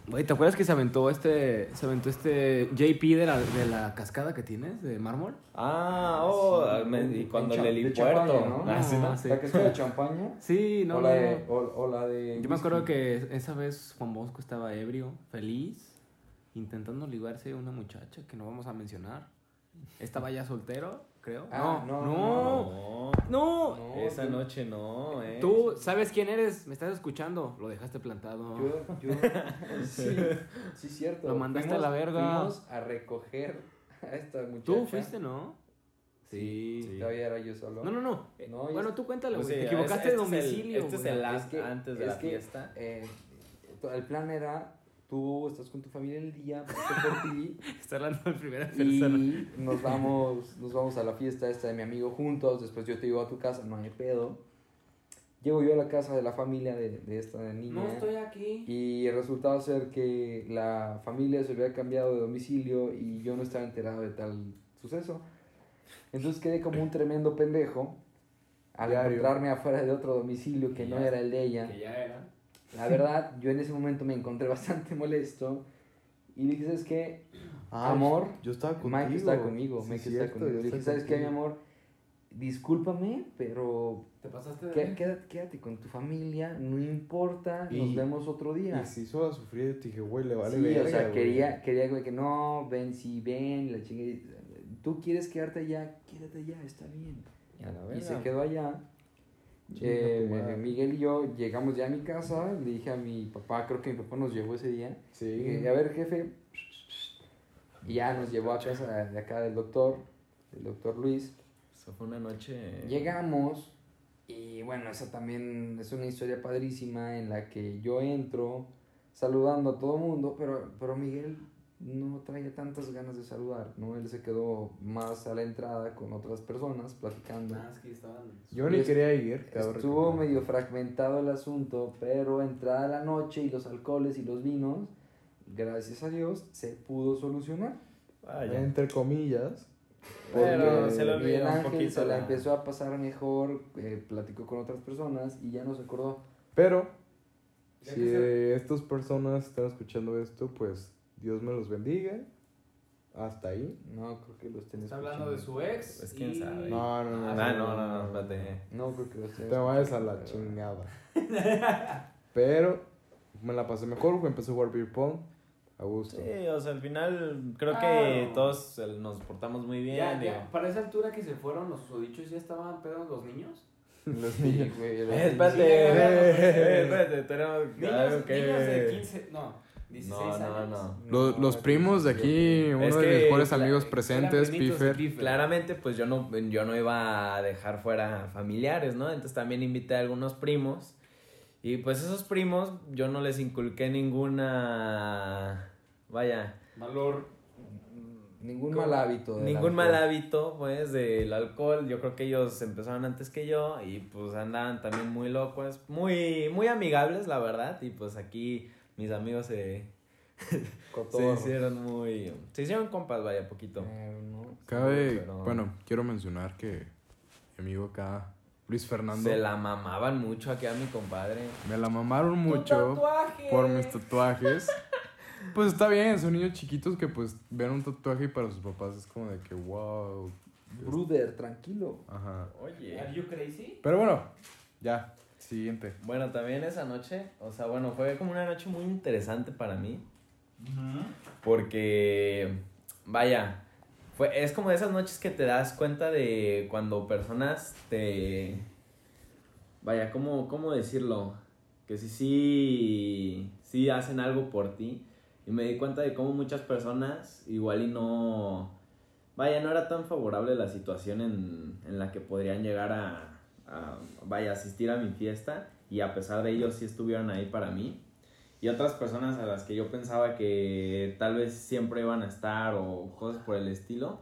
S5: Güey, ¿te acuerdas que se aventó este. Se aventó este JP de la, de la cascada que tienes de mármol?
S4: Ah, oh,
S2: Sí,
S4: me- y
S2: de
S4: cuando el
S2: champaña,
S4: helipuerto.
S2: ¿no?
S4: Ah, sí,
S5: Ah,
S4: ¿no?
S5: sí.
S2: La que está de champaña.
S5: Sí, no.
S2: o, la
S5: no,
S2: de,
S5: no.
S2: o, o la de.
S5: Yo me acuerdo
S2: eh, whisky.
S5: que esa vez Juan Bosco estaba ebrio, feliz, intentando ligarse a una muchacha que no vamos a mencionar. Estaba ya soltero, creo.
S2: Ah,
S5: no,
S2: no,
S5: no,
S4: No, pues,
S5: no,
S2: No,
S4: esa
S2: yo-
S4: noche no, eh.
S5: Tú sabes quién eres, me estás escuchando. Lo dejaste plantado.
S2: Yo, yo. sí, sí, cierto.
S5: Lo mandaste a la verga.
S2: Fuimos a recoger a esta muchacha.
S5: Tú fuiste, ¿no? Sí.
S4: Sí.
S2: Todavía era yo solo.
S5: No, no, no. Eh,
S2: No, ya
S5: bueno,
S2: es-
S5: tú cuéntalo,
S4: O
S5: güey.
S4: sea,
S5: Te equivocaste
S4: es-
S5: de
S4: este es el-
S5: domicilio.
S4: Este es
S5: güey.
S4: el
S2: Es
S4: an-
S2: que-
S4: antes de
S2: es
S4: la
S2: que-
S4: fiesta.
S2: Eh, to- el plan era: tú estás con tu familia el día, paso por ti.
S5: Está hablando en primera persona.
S2: Y nos vamos, nos vamos a la fiesta esta de mi amigo juntos, después yo te llevo a tu casa, no hay pedo. Llego yo a la casa de la familia de, de esta niña.
S5: aquí.
S2: Y resultaba ser que la familia se había cambiado de domicilio y yo no estaba enterado de tal suceso. Entonces quedé como un tremendo pendejo al
S1: Diario.
S2: encontrarme afuera de otro domicilio que
S5: Que
S2: no
S5: ya-
S2: era el de ella.
S5: Que ya era.
S2: La verdad, yo en ese momento me encontré bastante molesto y dije, ¿sabes qué?
S1: Ah,
S2: Amor,
S1: Yo estaba contigo.
S2: Mike está conmigo,
S1: Sí,
S2: Mike está
S1: cierto,
S2: conmigo.
S1: yo
S2: Le dije,
S1: estaba
S2: ¿sabes qué, mi
S1: contigo".
S2: amor? Discúlpame, pero
S5: Te pasaste
S2: qué- quédate, quédate con tu familia, no importa, nos
S1: Y-
S2: vemos otro día.
S1: Y se hizo la sufrida y te dije, güey, le vale
S2: sí, o
S1: verga,
S2: sea,
S1: güey.
S2: quería, quería güey, que no, ven, sí, ven, la chingue. Tú quieres quedarte allá, quédate allá, está bien.
S4: A la
S2: Y se
S4: verga.
S2: quedó allá.
S1: Chinga
S2: Eh,
S1: tu madre.
S2: Miguel y yo llegamos ya a mi casa, le dije a mi papá, creo que mi papá nos llevó ese día.
S1: Sí.
S2: Dije, a ver, jefe, Y ya nos llevó a casa de acá del doctor, del doctor Luis.
S4: Eso fue una noche.
S2: Llegamos y bueno, esa también es una historia padrísima en la que yo entro saludando a todo mundo, pero, pero Miguel no traía tantas ganas de saludar, ¿no? Él se quedó más a la entrada con otras personas platicando.
S5: Ah,
S3: Nada, es que estaban.
S1: Yo ni
S2: Es-
S1: quería ir, cabrón.
S2: Estuvo medio fragmentado el asunto, pero entrada la noche y los alcoholes y los vinos, gracias a Dios, se pudo solucionar.
S4: Vaya.
S1: Entre comillas.
S4: Pero se le olvidó
S2: Miguel
S4: un
S2: Ángel
S4: poquito
S2: se la
S4: la-
S2: empezó a pasar mejor, eh, platicó con otras personas y ya nos acordó.
S1: Pero,
S3: Ya
S1: si
S3: que
S1: eh, estas personas están escuchando esto, pues Dios me los bendiga. Hasta ahí.
S2: No, creo que los tenés
S5: Está hablando de su ex.
S4: Pues, quién
S5: y-
S4: sabe.
S1: No, no, no.
S4: Ah, no, no, no, espérate.
S2: No, creo que los tenés
S1: Te vayas a la chingada. Pero me la pasé mejor, güey. Empecé a jugar beer pong. A gusto.
S4: Sí, o sea, al final creo que
S5: Claro.
S4: todos eh, nos portamos muy bien.
S5: Ah, Ya,
S4: digo.
S5: ya, para esa altura que se fueron los susodichos, ¿ya estaban pedos los niños?
S1: Los niños.
S2: Sí, güey, los-
S4: Eh, espérate,
S5: Sí,
S4: eh, espérate, tenemos
S5: Niños,
S4: algo que-
S5: niños de 15, no, 16
S4: No, no,
S5: años.
S4: no.
S1: Los, los primos de aquí, uno
S4: Es
S1: de
S4: que
S1: mis mejores
S4: la-
S1: amigos
S5: Eran
S1: presentes,
S5: primitos de
S1: Piffer.
S4: Claramente, pues yo no, yo no iba a dejar fuera familiares, ¿no? Entonces también invité a algunos primos. Y pues esos primos, yo no les inculqué ninguna. Vaya.
S5: Valor.
S2: Ningún
S4: Como-
S2: mal hábito. del
S4: Ningún mal
S2: alcohol.
S4: hábito, pues, del alcohol. Yo creo que ellos empezaron antes que yo y pues andaban también muy locos, muy, muy amigables, la verdad. Y pues aquí mis amigos se, se
S2: Cotorro.
S4: hicieron muy. Se hicieron compas, vaya, poquito.
S2: Eh, no.
S1: Cabe,
S4: Pero-
S1: bueno, quiero mencionar que mi amigo acá, Luis Fernando,
S4: Se la mamaban mucho aquí a mi compadre.
S1: me la mamaron mucho por mis tatuajes. pues está bien, son niños chiquitos que pues ven un tatuaje y para sus papás es como de que wow.
S2: Bruder, tranquilo.
S1: Ajá.
S4: Oye.
S5: ¿Are you crazy?
S1: Pero bueno, ya, siguiente.
S4: Bueno, también esa noche, o sea, bueno, fue como una noche muy interesante para mí. Porque, vaya, fue, es como de esas noches que te das cuenta de cuando personas te... Vaya, ¿cómo, cómo decirlo? Que sí, sí, sí hacen algo por ti. Y me di cuenta de cómo muchas personas igual y no... Vaya, no era tan favorable la situación en, en la que podrían llegar a, a, vaya, asistir a mi fiesta. Y a pesar de ello, sí estuvieron ahí para mí y otras personas a las que yo pensaba que tal vez siempre iban a estar o cosas por el estilo,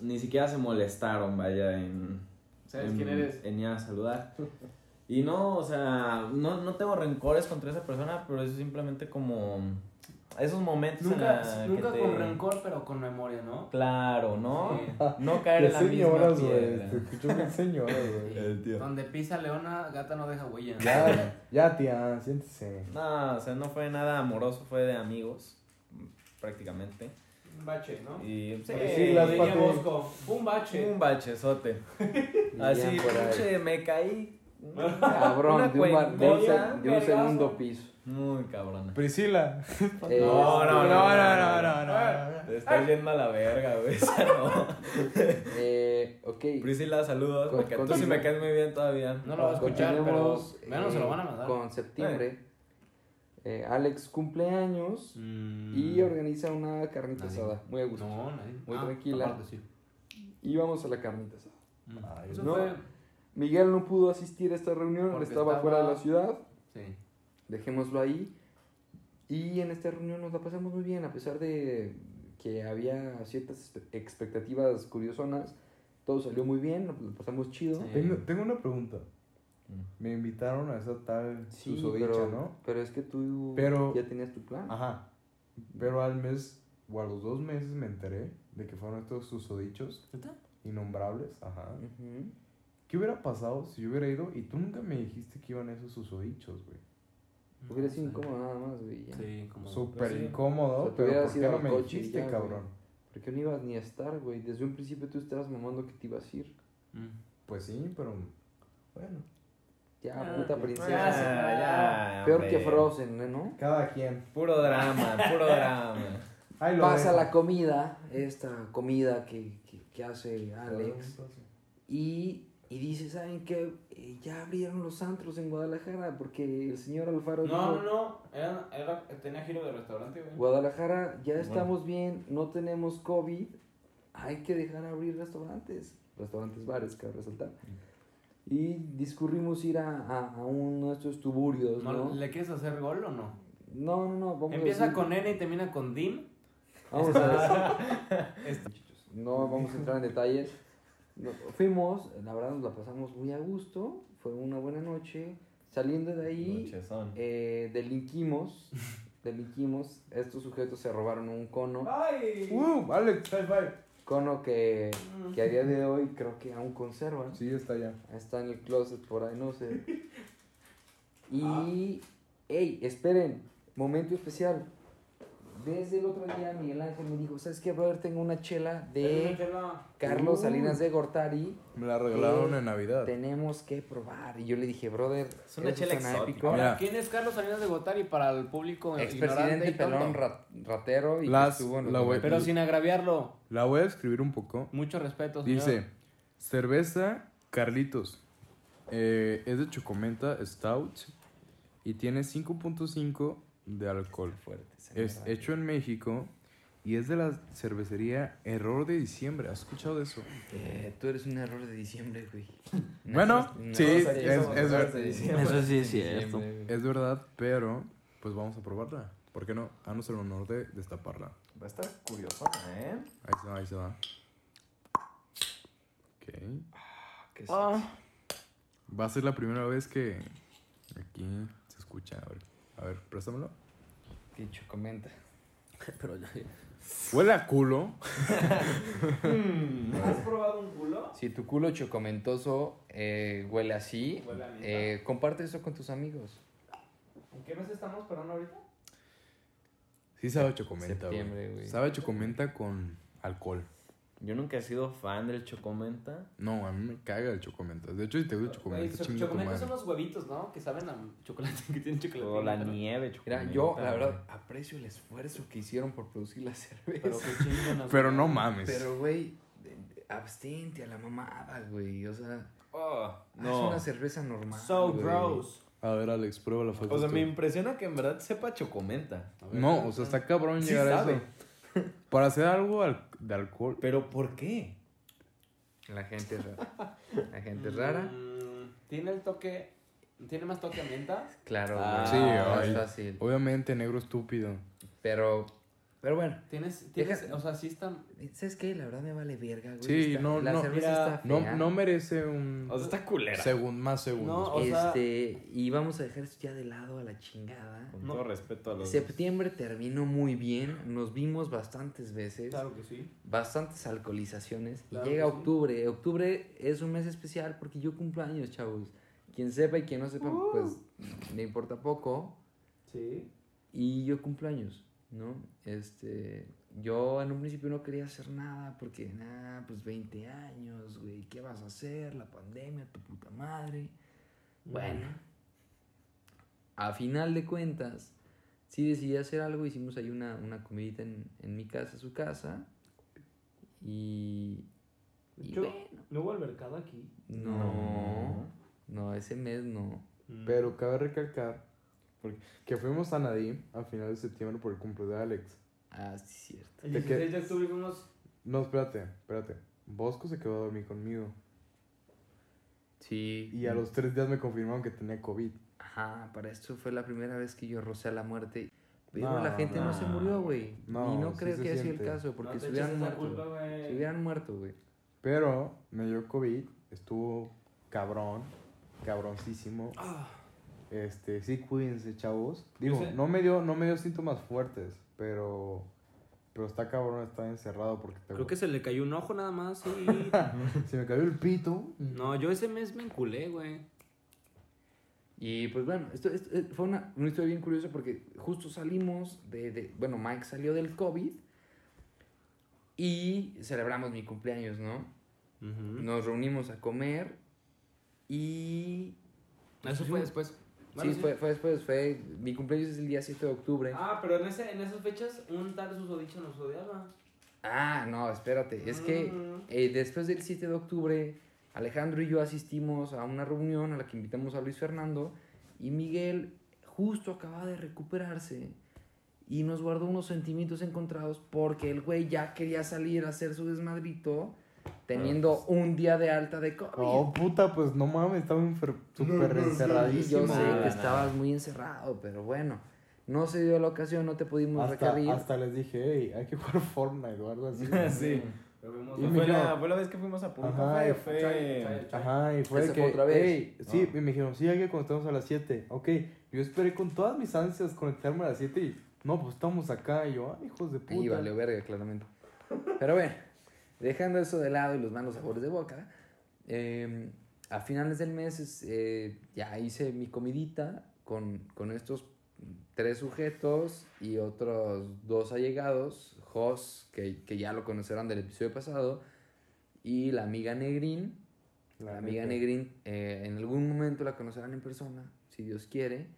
S4: ni siquiera se molestaron, vaya, en...
S5: ¿Sabes
S4: en-
S5: quién eres?
S4: En ir a saludar. Y no, o sea, no, no tengo rencores contra esa persona, pero es simplemente como esos momentos en la
S5: Nunca,
S4: que
S5: nunca
S4: te-
S5: con rencor, pero con memoria, ¿no?
S4: Claro, ¿no?
S5: Sí.
S4: No caer en la misma
S1: señoras, güey.
S4: piedra.
S2: este.
S1: Te escucho bien señoras, güey.
S4: El tío.
S5: Donde pisa leona, gata no deja huella.
S1: Ya, ya, tía, siéntese.
S4: No, o sea, no fue nada amoroso, fue de amigos, prácticamente.
S5: Un bache, ¿no?
S4: Y
S5: Sí,
S1: Pues sí, las
S5: Peña
S1: pati-
S5: Bosco, un bache.
S4: Un bachezote.
S2: Dirían
S4: Así,
S2: por ahí.
S4: Ah, pinche, me caí. Una
S2: Cabrón, de un, ba- de un se-
S4: cuencoya,
S2: de un
S5: vergazo.
S2: segundo piso.
S4: Muy cabrona.
S1: Priscila.
S2: Eh,
S4: No, no, no, no,
S1: no, no,
S4: Te estás yendo a la verga, güey. Esa no.
S2: eh, ok.
S4: Priscila, saludos.
S2: Con-
S4: porque tú sí me caes muy bien todavía.
S5: No lo va a escuchar, pero
S2: Continuemos,
S5: menos se lo
S2: eh,
S5: van a mandar.
S2: Con septiembre. Eh, Alex cumpleaños
S5: Mm.
S2: y organiza una carnita
S5: Nadie.
S2: asada. Muy a gusto.
S5: No, nadie.
S2: Muy
S5: Ah,
S2: tranquila.
S5: aparte, sí.
S2: Y vamos a la carnita asada.
S5: Mm.
S1: Ay,
S5: Eso
S2: no.
S5: fue.
S2: Miguel no pudo asistir a esta reunión,
S5: Porque
S2: estaba,
S5: estaba-
S2: fuera de la ciudad.
S5: Sí.
S2: Dejémoslo ahí. Y en esta reunión nos la pasamos muy bien, a pesar de que había ciertas espe- expectativas curiosonas. Todo salió muy bien, nos la pasamos chido.
S5: Sí.
S1: Tengo, tengo una pregunta. Me invitaron a esa tal susodicha,
S2: Mm. pero,
S1: ¿no?
S2: pero es que tú
S1: Pero-
S2: ya tenías tu plan.
S1: Ajá. Pero al mes, o a los dos meses me enteré de que fueron estos susodichos
S5: ¿Neta?
S1: innombrables. Ajá.
S2: Ujú.
S1: ¿Qué hubiera pasado si yo hubiera ido y tú nunca me dijiste que iban esos susodichos, güey?
S2: Hubiera sido incómodo nada más, güey. ya.
S5: Mm, Sí, como.
S1: Súper
S4: sí.
S1: incómodo,
S2: pues O sea, te
S1: pero
S2: hubieras
S1: ¿por qué
S2: ido
S1: no
S2: al
S1: me
S2: coche y
S1: dijiste,
S2: ya,
S1: cabrón?
S2: Porque no ibas ni a estar, güey. Desde un principio tú estabas mamando que te ibas a ir.
S5: Mm.
S1: Pues sí, pero bueno.
S2: Ya,
S5: Ah,
S2: puta
S5: ya,
S2: princesa. Peor que Frozen, ¿no?
S1: Cada quien.
S4: Puro drama, puro drama.
S1: Ahí lo
S2: Pasa
S1: dejo.
S2: la comida, esta comida que, que, que hace Alex. Y Y dice, ¿saben qué? Eh, ya abrieron los antros en Guadalajara porque el señor Alfaro dijo,
S3: No, no, no. Era, era- tenía giro de restaurante, güey.
S2: Guadalajara, ya estamos bien, no tenemos COVID, hay que dejar abrir restaurantes, restaurantes bares, cabe resaltar.
S5: Mm.
S2: Y discurrimos ir a, a, a uno de estos tuburios, ¿no?
S5: ¿No
S2: No,
S5: ¿Le quieres hacer gol o no?
S2: no, no, vamos a
S5: Empieza
S2: decir-
S5: con N y termina con Dim.
S2: Vamos a No vamos a entrar en detalles. No, fuimos, la verdad nos la pasamos muy a gusto, fue una buena noche. Saliendo de ahí,
S4: Nochezón.
S2: eh, delinquimos, delinquimos. Estos sujetos se robaron un cono,
S3: ¡Ay!
S1: ¡Uh! Alex, high five.
S2: cono que, que a día de hoy creo que aún conservan.
S1: Sí, está allá.
S2: Está en el closet por ahí, no sé. Y, hey, esperen, momento especial. Desde el otro día Miguel Ángel me dijo, ¿sabes qué, brother? Tengo una chela de Carlos Salinas de Gortari.
S1: Me la regalaron
S2: Eh,
S1: en Navidad.
S2: Tenemos que probar. Y yo le dije, brother,
S4: Es una
S2: eso
S4: chela
S2: suena
S4: exótica.
S2: épico.
S1: Mira.
S5: ¿Quién es Carlos Salinas de Gortari para el público ignorante
S2: Expresidente
S5: y
S2: pelón
S5: tonto?
S2: ra- ratero y que
S1: Las-
S2: estuvo en los
S1: la web-
S5: Pero sin agraviarlo.
S1: La voy a escribir un poco.
S5: Mucho respeto, señor.
S1: Dice, cerveza Carlitos. Eh, es de Chocomenta Stout y tiene 5.5 de alcohol.
S4: Fuerte.
S1: Es hecho en México y es de la cervecería Error de Diciembre. ¿Has escuchado de eso?
S2: Eh, tú eres un error de diciembre, güey.
S1: Bueno, sí,
S2: Eso
S1: es- es ver-
S3: Eso sí es cierto.
S1: Es verdad, pero pues vamos a probarla. ¿Por qué no? Haznos el honor de destaparla.
S4: Va a estar Pues curioso, ¿eh?
S1: Ahí se va, ahí se va. Ok.
S5: Ah.
S1: Va a ser la primera vez que aquí se escucha. A ver, a ver préstamelo.
S2: Dicho, comenta.
S5: Pero ya-
S1: Huele a culo.
S3: ¿Has probado un culo?
S2: Si tu culo chocomentoso eh, huele así,
S3: Huele a menta.
S2: eh, comparte eso con tus amigos.
S3: ¿En qué mes estamos, perdón, ahorita?
S1: Sí sabe a chocomenta,
S2: Septiembre,
S1: güey.
S2: güey.
S1: Sabe a chocomenta con alcohol.
S4: Yo nunca he sido fan del Chocomenta.
S1: No, a mí me caga el chocomenta. De hecho, si te gusta el
S5: Güey,
S1: chocomenta,
S5: cho-
S1: chinga tu
S5: chocomentos son
S1: madre.
S5: los huevitos, ¿no? Que saben a chocolate, que tienen chocolate.
S4: O la
S5: dentro.
S4: nieve
S2: Mira,
S4: Chocomenta.
S2: yo la verdad aprecio el esfuerzo que hicieron por producir la
S5: Pero
S2: cerveza.
S5: que chingan a su-
S1: Pero no mames.
S2: Pero, güey, de- de- abstente a la mamada, güey. O sea,
S4: Oh,
S2: haz
S4: no.
S2: una cerveza normal.
S3: So
S2: güey.
S3: gross.
S1: A ver, Alex, prueba la foto.
S4: O sea, me impresiona que en verdad sepa Chocomenta.
S5: A ver.
S1: No, o sea, está cabrón
S4: Sí
S1: llegar a
S4: sabe.
S1: eso. Para hacer algo al- de alcohol.
S4: Pero ¿por qué?
S2: La gente es rara. La gente es rara.
S5: Mm, Tiene el toque. Tiene más toque a menta.
S2: Claro,
S5: Ah,
S1: sí,
S2: güey, no
S1: ay.
S2: es fácil.
S1: Obviamente, negro estúpido.
S2: Pero, pero bueno,
S5: Tienes, tienes,
S2: Deja-
S5: o sea, sí están.
S2: ¿sabes qué? La verdad me vale verga, güey.
S1: Sí,
S2: Está-
S1: no,
S2: la
S1: no.
S2: cerveza
S5: Mira,
S2: está
S1: No,
S2: fea.
S1: no merece un.
S4: O sea, está culera.
S1: Según, más segundos.
S5: No, o sea-
S2: este, y vamos a dejar esto ya de lado a la chingada.
S4: Con todo respeto a los...
S2: Septiembre terminó muy bien, nos vimos bastantes veces,
S3: Claro que sí.
S2: bastantes alcoholizaciones. y
S5: Claro
S2: llega
S5: que sí.
S2: octubre, octubre es un mes especial porque yo cumplo años, chavos. Quien sepa y quien no sepa,
S5: Uh.
S2: pues me importa poco.
S3: Sí.
S2: Y yo cumplo años, ¿no? Este, yo en un principio no quería hacer nada porque, nada, pues 20 años, güey, ¿qué vas a hacer? La pandemia, tu puta madre. Bueno, a final de cuentas, sí decidí hacer algo. Hicimos ahí una, una comidita en, en mi casa, su casa. Y. y
S3: Yo-
S2: bueno,
S3: ¿No hubo mercado aquí?
S2: no, no, ese mes no.
S5: Mm.
S1: Pero cabe recalcar porque- que fuimos a Nadim a finales de septiembre por el cumpleaños de Alex.
S2: Ah, sí, es cierto.
S3: El
S1: ¿De qué?
S3: 16 de octubre fuimos.
S1: No, espérate, espérate. Bosco se quedó a dormir conmigo.
S2: Sí.
S1: Y a los tres días me confirmaron que tenía COVID.
S2: Ajá, para esto fue la primera vez que yo rocé a la muerte. Pero
S1: No,
S2: la gente no,
S1: no.
S2: se murió, güey.
S1: No,
S2: y no
S1: sí
S2: creo
S1: se
S2: que haya sido el
S1: siente.
S2: caso, porque
S3: no
S2: se
S3: te
S2: hubieran
S3: eches esa
S2: muerto.
S3: culpa, güey.
S2: Se hubieran muerto, güey.
S1: Pero me dio COVID, estuvo cabrón, cabroncísimo.
S5: Ah.
S1: Este, sí, cuídense, chavos. Digo,
S3: sé-
S1: no me dio, no me dio síntomas fuertes, pero. Pero está cabrón estar encerrado porque te-
S5: Creo que se le cayó un ojo nada más. Sí.
S1: se me cayó el pito.
S5: no, yo ese mes me enculé, güey.
S2: Y pues bueno, esto, esto, eh, fue una, una historia bien curiosa porque justo salimos de, de- Bueno, Mike salió del COVID y celebramos mi cumpleaños, ¿no?
S5: Ujú.
S2: Nos reunimos a comer y...
S5: Eso fue después. Bueno,
S2: sí, Fue, fue después, fue... Mi cumpleaños es el día 7 de octubre. Ah,
S3: Ah, pero en, ese, en esas fechas un tal susodicho nos odiaba.
S2: Ah, no, espérate, es que
S3: Mm.
S2: eh, después del 7 de octubre Alejandro y yo asistimos a una reunión a la que invitamos a Luis Fernando y Miguel justo acaba de recuperarse y nos guardó unos sentimientos encontrados porque el güey ya quería salir a hacer su desmadrito teniendo un día de alta de COVID.
S1: Oh, puta, pues no mames, estaba enfer- súper
S2: Sí, yo
S1: encerradísimo.
S2: sé
S3: Nada,
S2: que
S3: nada.
S2: estabas muy encerrado, pero bueno, no se dio la ocasión, no te pudimos requerir.
S1: Hasta, hasta les dije, hey, hay que jugar Fortnite o algo así.
S4: sí.
S1: Y me
S4: Fue la,
S1: dijeron-
S4: fue la vez que fuimos a Punta.
S1: Ajá,
S4: fue,
S1: y-
S4: fue-
S1: Ajá, y fue
S2: Esa
S1: de que,
S2: fue otra vez. Ah.
S1: "Ey", sí, y me dijeron, sí, hay que conectarnos a las 7. Ok, yo esperé con todas mis ansias conectarme a las 7 y, no, pues estamos acá. Y yo, "Ay, hijos de puta.
S2: Y valió verga, claramente. Pero bueno, dejando eso de lado y los malos sabores de boca, eh, a finales del mes es, eh, ya hice mi comidita con, con estos tres sujetos y otros dos allegados, Jos, que, que ya lo conocerán del episodio pasado, y la amiga Negrín. La amiga
S1: neta.
S2: Negrín, eh, en algún momento la conocerán en persona, si Dios quiere,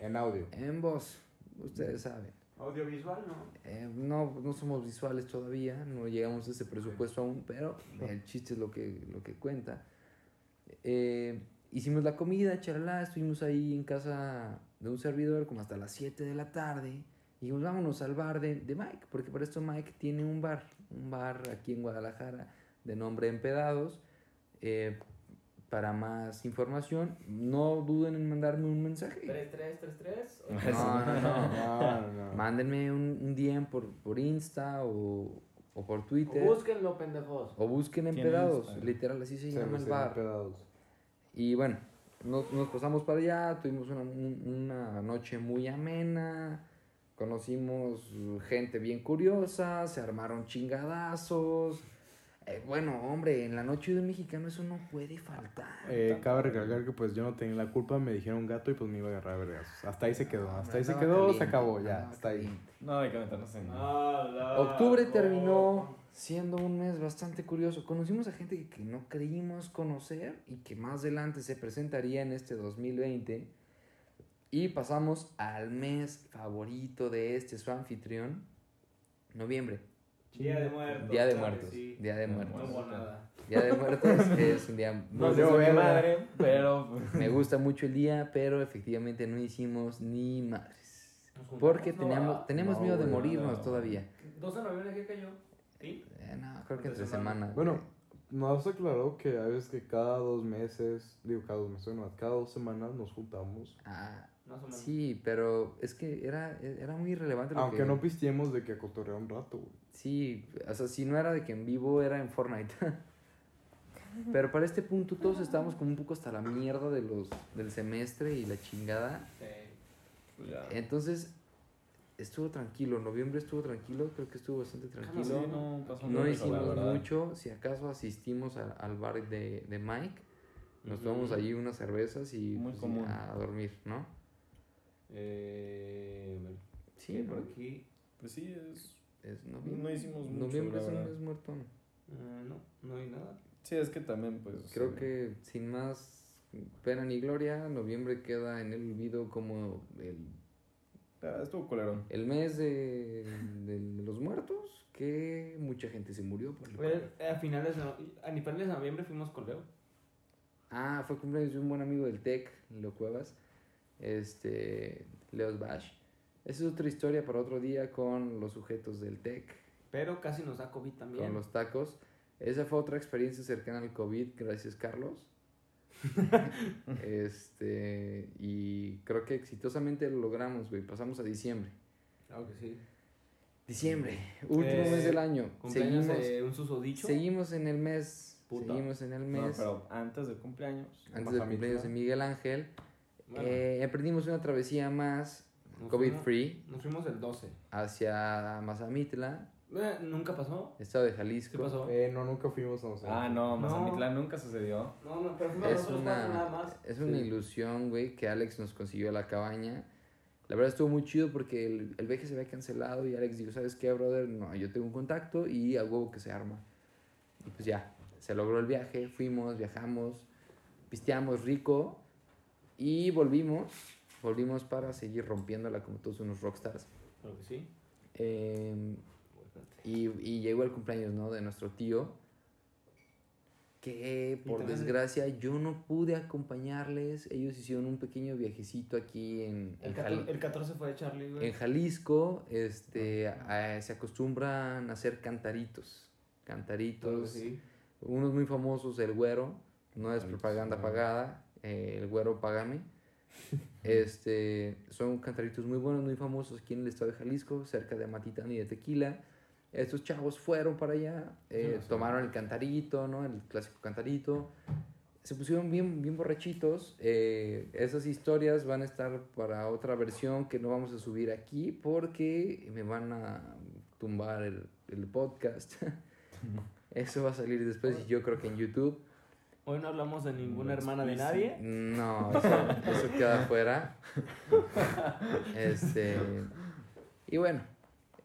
S1: En audio.
S2: en voz, ustedes saben.
S5: Audiovisual, ¿no?
S2: Eh, no, no somos visuales todavía, no llegamos a ese presupuesto aún, pero el chiste es lo que, lo que cuenta. Eh, hicimos la comida, charla, estuvimos ahí en casa de un servidor como hasta las 7 de la tarde. Y dijimos, vámonos al bar de, de Mike, porque para esto Mike tiene un bar, un bar aquí en Guadalajara de nombre Empedados. Eh, para más información, no duden en mandarme un mensaje.
S3: 3-3-3-3.
S2: No, no, Ah, no.
S1: No, no, no.
S2: Mándenme un, un DM por, por Insta o, o por Twitter.
S3: Búsquenlo, pendejos.
S2: o busquen en
S4: Tiene
S2: pedados.
S4: Insta.
S2: Literal, así se
S1: Se
S2: llama
S1: me
S2: el
S1: hicieron
S2: bar.
S1: pedados.
S2: Y bueno, nos, nos pasamos para allá. Tuvimos una, un- una noche muy amena. Conocimos gente bien curiosa. Se armaron chingadazos. Eh, bueno, hombre, en la noche de un mexicano eso no puede faltar.
S1: Eh, cabe recalcar que pues yo no tenía la culpa, me dijeron gato y pues me iba a agarrar a vergazos. Hasta ahí se quedó, hasta ahí se
S2: Andaba
S1: quedó, se
S2: caliente,
S1: acabó, ya,
S2: andaba
S1: hasta ahí.
S2: caliente.
S4: No, hay que meternos en.
S3: Ah,
S2: Octubre terminó siendo un mes bastante curioso. Conocimos a gente que, que no creímos conocer y que más adelante se presentaría en este 2020. Y pasamos al mes favorito de este su anfitrión, noviembre.
S3: Día de muertos.
S2: Día de
S3: claro que
S2: muertos.
S3: sí.
S2: Día de
S4: No
S3: No
S2: muertos.
S3: hubo nada.
S2: Día de muertos es un día
S4: No
S2: muy
S4: sé
S1: dio
S4: si mi
S1: verga.
S4: madre, pero. pues,
S2: Me gusta mucho el día, pero efectivamente no hicimos ni madres.
S3: Nos
S2: Porque
S3: juntamos, no,
S2: teníamos, teníamos
S1: No,
S2: miedo de
S1: güey,
S2: morirnos
S4: no.
S2: todavía.
S3: 12 de noviembre, ¿qué cayó? ¿Sí?
S2: Eh, no, creo que
S3: Entre
S2: entre
S3: semana.
S2: semana.
S1: Bueno, nos aclaró que a veces que cada dos meses, digo cada dos meses, no, cada dos semanas nos juntamos.
S2: Ah,
S3: Más o menos.
S2: Sí, pero es que era, e-, era muy irrelevante. lo
S1: Aunque
S2: que-
S1: no pisteemos de que acotorrea un rato, güey.
S2: Sí, o sea, si no era de que en vivo era en Fortnite. pero para este punto
S4: Ah.
S2: todos estábamos como un poco hasta la mierda de los, del semestre y la chingada.
S3: Sí.
S4: pues, ya.
S2: Entonces, estuvo tranquilo. Noviembre estuvo tranquilo, creo que estuvo bastante tranquilo.
S4: Sí, Ah, no pasó
S2: No
S4: mucho, la
S2: hicimos
S4: verdad.
S2: mucho, si acaso asistimos a- al bar de, de Mike, nos
S4: Ujú.
S2: tomamos allí unas cervezas y
S4: Muy
S2: pues,
S4: común.
S2: a dormir, ¿no?
S4: Eh, a ver,
S2: Sí, ¿no?
S4: por aquí. Pues sí, es.
S2: Es noviembre.
S4: No hicimos mucho.
S2: Noviembre
S4: la
S2: es un
S4: verdad.
S2: mes muertón.
S5: Eh,
S3: mm,
S5: no, no hay nada.
S4: Sí, es que también, pues.
S2: Creo
S4: eh,
S2: que sin más pena ni gloria, noviembre queda en el olvido como el,
S4: ah, Estuvo culero.
S2: el mes de, de los muertos, que mucha gente se murió por el
S3: Oye,
S2: COVID.
S3: A finales de, no- a finales de noviembre fuimos con Leo.
S2: Ah, fue cumpleaños de un buen amigo del TEC, Leo Cuevas, este, Leos Bash. Esa es otra historia para otro día con los sujetos del TEC,
S3: Pero casi nos da COVID también.
S2: con los tacos. Esa fue otra experiencia cercana al COVID, gracias Carlos. este, y creo que exitosamente lo logramos, güey. Pasamos a diciembre.
S3: Claro que sí.
S2: Diciembre, último
S4: Eh,
S2: mes del año.
S3: Cumpleaños
S2: Seguimos,
S3: de un susodicho.
S2: seguimos en el mes.
S3: Puta.
S2: Seguimos en el
S4: No,
S2: mes.
S4: pero antes del cumpleaños.
S2: antes del
S1: Baja
S2: cumpleaños de
S1: Michoacán.
S2: Miguel Ángel.
S3: Bueno,
S2: eh, emprendimos una travesía más
S3: Nos
S2: COVID
S3: fuimos.
S2: free
S3: nos fuimos el 12.
S2: hacia Mazamitla,
S3: Eh, Nunca pasó.
S2: estado de
S3: ¿Qué
S2: Jalisco.
S3: pasó?
S1: Eh, no, nunca fuimos a Mazatlán.
S4: Ah, no,
S3: No.
S4: Mazamitla nunca sucedió.
S3: No, Pues no, pero fuimos
S2: Es
S3: nosotros cuatro nada
S2: una,
S3: más.
S2: es una
S1: Sí.
S2: ilusión, güey, que Alex nos consiguió la cabaña. La verdad estuvo muy chido porque el, el viaje se había cancelado y Alex dijo, ¿sabes qué, brother? No, yo tengo un contacto y a huevo que se arma. Y pues ya, se logró el viaje, fuimos, viajamos, pisteamos rico y volvimos. Volvimos para seguir rompiéndola como todos unos rockstars.
S3: Creo que sí.
S2: em, Eh, y, y llegó el cumpleaños, ¿no? De nuestro tío. que por
S5: también-
S2: desgracia yo no pude acompañarles. Ellos hicieron un pequeño viajecito aquí en, en
S3: El,
S2: Jali-
S3: 14, el 14 fue de Charlie, güey.
S2: en Jalisco. Este, a- se acostumbran a hacer cantaritos.
S3: Todo
S2: Cantaritos.
S3: sí.
S2: Unos muy famosos, el güero, no es
S1: Cantaritos,
S2: propaganda
S1: ah.
S2: pagada, eh, el güero págame. Este, son cantaritos muy buenos, muy famosos aquí en el estado de Jalisco, cerca de Matitán y de Tequila. Estos chavos fueron para allá, eh,
S1: no sé.
S2: tomaron el cantarito, ¿no? El clásico cantarito. Se pusieron bien, bien borrachitos. eh, esas historias van a estar para otra versión que no vamos a subir aquí porque me van a tumbar el, el podcast. Eso va a salir después y yo creo que en YouTube.
S5: Hoy no hablamos de ninguna hermana de nadie.
S2: No, eso, eso queda afuera. Este. Y bueno,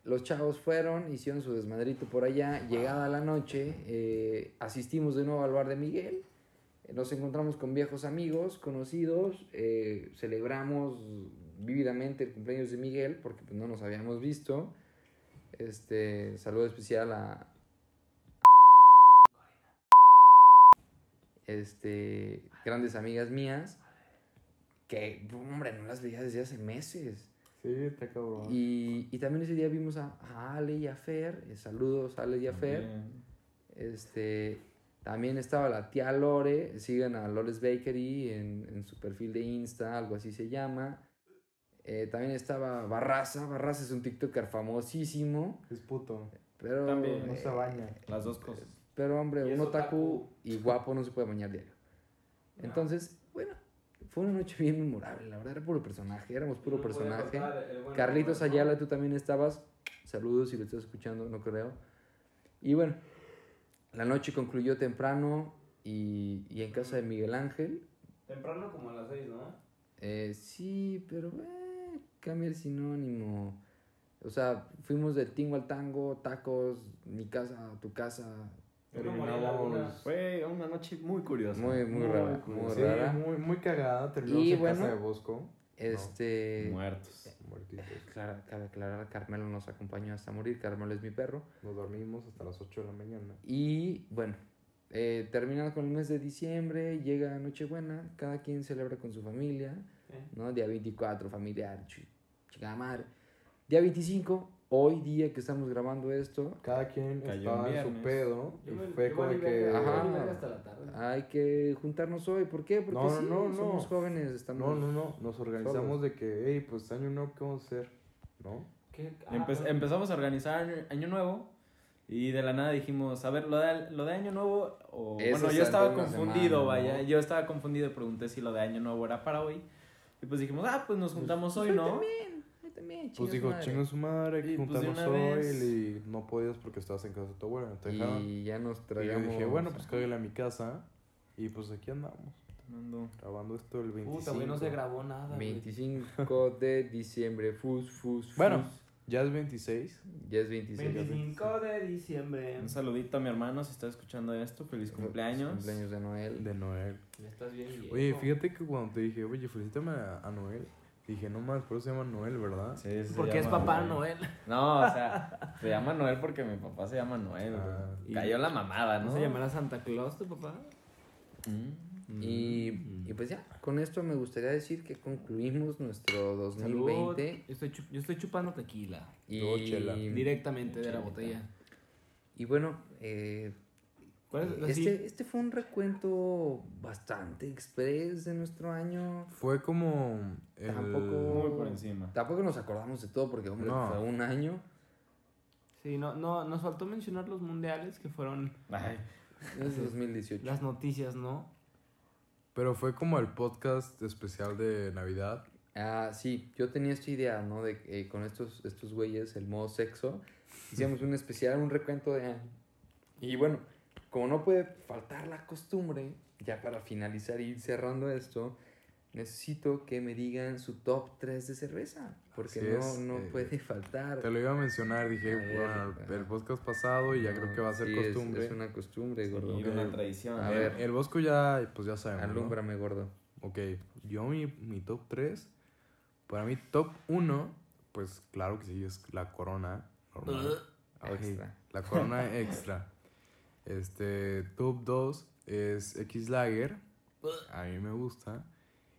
S2: los chavos fueron, hicieron su desmadrito por allá. Llegada la noche, eh, asistimos de nuevo al bar de Miguel. Eh, Nos encontramos con viejos amigos, conocidos. eh, celebramos vívidamente el cumpleaños de Miguel porque pues, no nos habíamos visto. Este, saludo especial a, este, grandes amigas mías, que, hombre, no las veía desde hace meses.
S1: Sí, está cabrón.
S2: Y, y también ese día vimos a, a Ale y a Fer, eh, saludos Ale y a Fer. Este, también estaba la tía Lore, sigan a Lores Bakery en, en su perfil de Insta, algo así se llama. Eh, también estaba Barraza, Barraza es un TikToker famosísimo,
S1: Es puto.
S2: pero...
S4: También.
S1: No se baña.
S4: Las dos cosas.
S2: Pero hombre,
S3: Y
S2: un
S3: es
S2: otaku
S3: otaku.
S2: y guapo no se puede bañar diario.
S3: No.
S2: Entonces, bueno, fue una noche bien memorable, la verdad era puro personaje, éramos puro
S3: No podía
S2: personaje.
S3: faltar el buen
S2: Carlitos
S3: Roberto.
S2: Ayala, tú también estabas. Saludos si lo estás escuchando, no creo. Y bueno, la noche concluyó temprano y, y en casa de Miguel Ángel.
S3: Temprano como a las 6, ¿no?
S2: Eh, sí, pero eh, cambia el sinónimo. O sea, fuimos del tingo al tango, tacos, mi casa, tu casa.
S3: Yo me morí a la una.
S1: Terminamos.
S4: Fue una noche muy curiosa.
S2: Muy, muy rara,
S4: curiosa.
S2: muy
S1: Sí,
S2: rara.
S1: muy, muy cagada. Terminamos
S2: Y
S1: en
S2: bueno,
S1: casa de Bosco.
S4: eh,
S2: Este.
S4: Muertos.
S1: Muertitos.
S2: Clara, cabe aclarar, Carmelo nos acompañó hasta morir. Carmelo es mi perro.
S1: Nos dormimos hasta las 8 de la mañana.
S2: Y bueno, eh, terminando con el mes de diciembre, llega Nochebuena, cada quien celebra con su familia,
S3: Eh.
S2: ¿no? Día 24, familiar, chi- chingada madre. Día 25, hoy día que estamos grabando esto,
S1: Cada quien
S4: Cayó
S1: estaba
S4: en
S1: en su
S4: viernes.
S1: pedo.
S3: Yo
S1: y
S3: me-
S1: fue
S3: yo
S1: como
S3: valí
S1: que.
S2: Ajá.
S3: verga,
S2: Ah.
S3: yo valí verga hasta la tarde.
S2: hay que juntarnos hoy. ¿Por qué? Porque
S1: No, no,
S2: sí,
S1: no, no.
S2: somos jóvenes, estamos...
S1: No, no, no. Nos organizamos de que, hey, pues año nuevo, ¿qué vamos a hacer? ¿No?
S3: ¿Qué?
S4: Empe-
S3: Ah,
S4: em-,
S3: pero-
S4: empezamos a organizar Año- Año Nuevo y de la nada dijimos, a ver, lo de, lo de Año Nuevo, o...
S2: Eso
S4: bueno,
S2: está
S4: yo estaba
S2: entre una
S4: confundido,
S2: semana,
S4: vaya,
S2: ¿no?
S4: yo estaba confundido y pregunté si lo de Año Nuevo era para hoy. Y pues dijimos, ah, pues nos juntamos hoy,
S2: Yo
S4: ¿no?
S2: también, yo también, chinga
S1: Pues
S2: su
S1: dijo,
S2: madre.
S1: chingo su madre, hay que
S4: Y, pues, de
S1: juntarnos
S4: una
S1: hoy.
S4: vez.
S1: Y no podías porque estabas en casa de tu abuela. no te dejaban.
S2: Y ya nos
S1: Y yo
S2: tragamos...
S1: dije, bueno, pues cágale a mi casa. Y pues aquí andamos,
S4: Tomando.
S1: grabando esto el 25.
S5: Puta, güey, no se grabó nada. güey.
S2: 25 de diciembre, fus, fus, fus.
S1: Bueno. Ya es 26.
S2: Ya es 26.
S3: 25 de diciembre.
S4: Un saludito a mi hermano si está escuchando esto, feliz cumpleaños.
S2: Cumpleaños de Noel.
S1: De Noel.
S5: Estás bien viejo.
S1: Oye, fíjate que cuando te dije, oye, felicítame a, a Noel. Dije, no más, pero se llama Noel, ¿verdad?
S4: Sí, se
S5: Porque es
S4: llama
S5: papá
S4: Noel.
S5: Noel.
S4: No, o sea, se llama Noel porque mi papá se llama Noel.
S1: Ah,
S4: güey. Cayó la mamada, ¿no?
S5: ¿No se llamará Santa Claus tu papá?
S4: Mm.
S2: Y, y pues ya, con esto me gustaría decir que concluimos nuestro 2020.
S5: Salud. Yo estoy, chup- yo estoy chupando tequila.
S1: Luego Oh, chela.
S2: Y,
S5: Directamente de la
S4: Chelita.
S5: botella.
S2: y bueno, eh,
S5: ¿Cuál es? Así,
S2: este, este fue un recuento bastante express de nuestro año.
S1: Fue como. el-
S2: Tampoco-
S4: Muy por encima.
S2: Tampoco nos acordamos de todo porque, hombre,
S1: No.
S2: fue un año.
S5: Sí, no, no, nos faltó mencionar los mundiales que fueron
S4: Ay,
S2: Es 2018.
S5: las noticias, ¿no?
S1: Pero fue como el podcast especial de Navidad.
S2: Ah, sí, yo tenía esta idea, ¿no? De que eh, con estos, estos güeyes, el modo sexo, hicimos un especial, un recuento de año. Y bueno, como no puede faltar la costumbre, ya para finalizar y ir cerrando esto, necesito que me digan su top 3 de cerveza, porque
S1: Así
S2: no,
S1: es,
S2: no
S1: eh,
S2: puede faltar.
S1: Te lo iba a mencionar, dije,
S2: A ver,
S1: bueno,
S2: ajá.
S1: el, el podcast pasado y ya creo que va a ser
S2: Sí, es-
S1: costumbre.
S2: Es, una costumbre, gordo.
S4: y una tradición.
S2: A
S4: ¿eh?
S2: ver.
S1: El Bosco ya, pues ya sabemos. ¿no?
S2: Alúmbrame, gordo.
S1: Ok, yo mi, mi top 3, para mí top 1, pues claro que sí, es la corona normal. Ay,
S2: Extra.
S1: La corona extra. Este, top 2, es X Lager. A mí me gusta.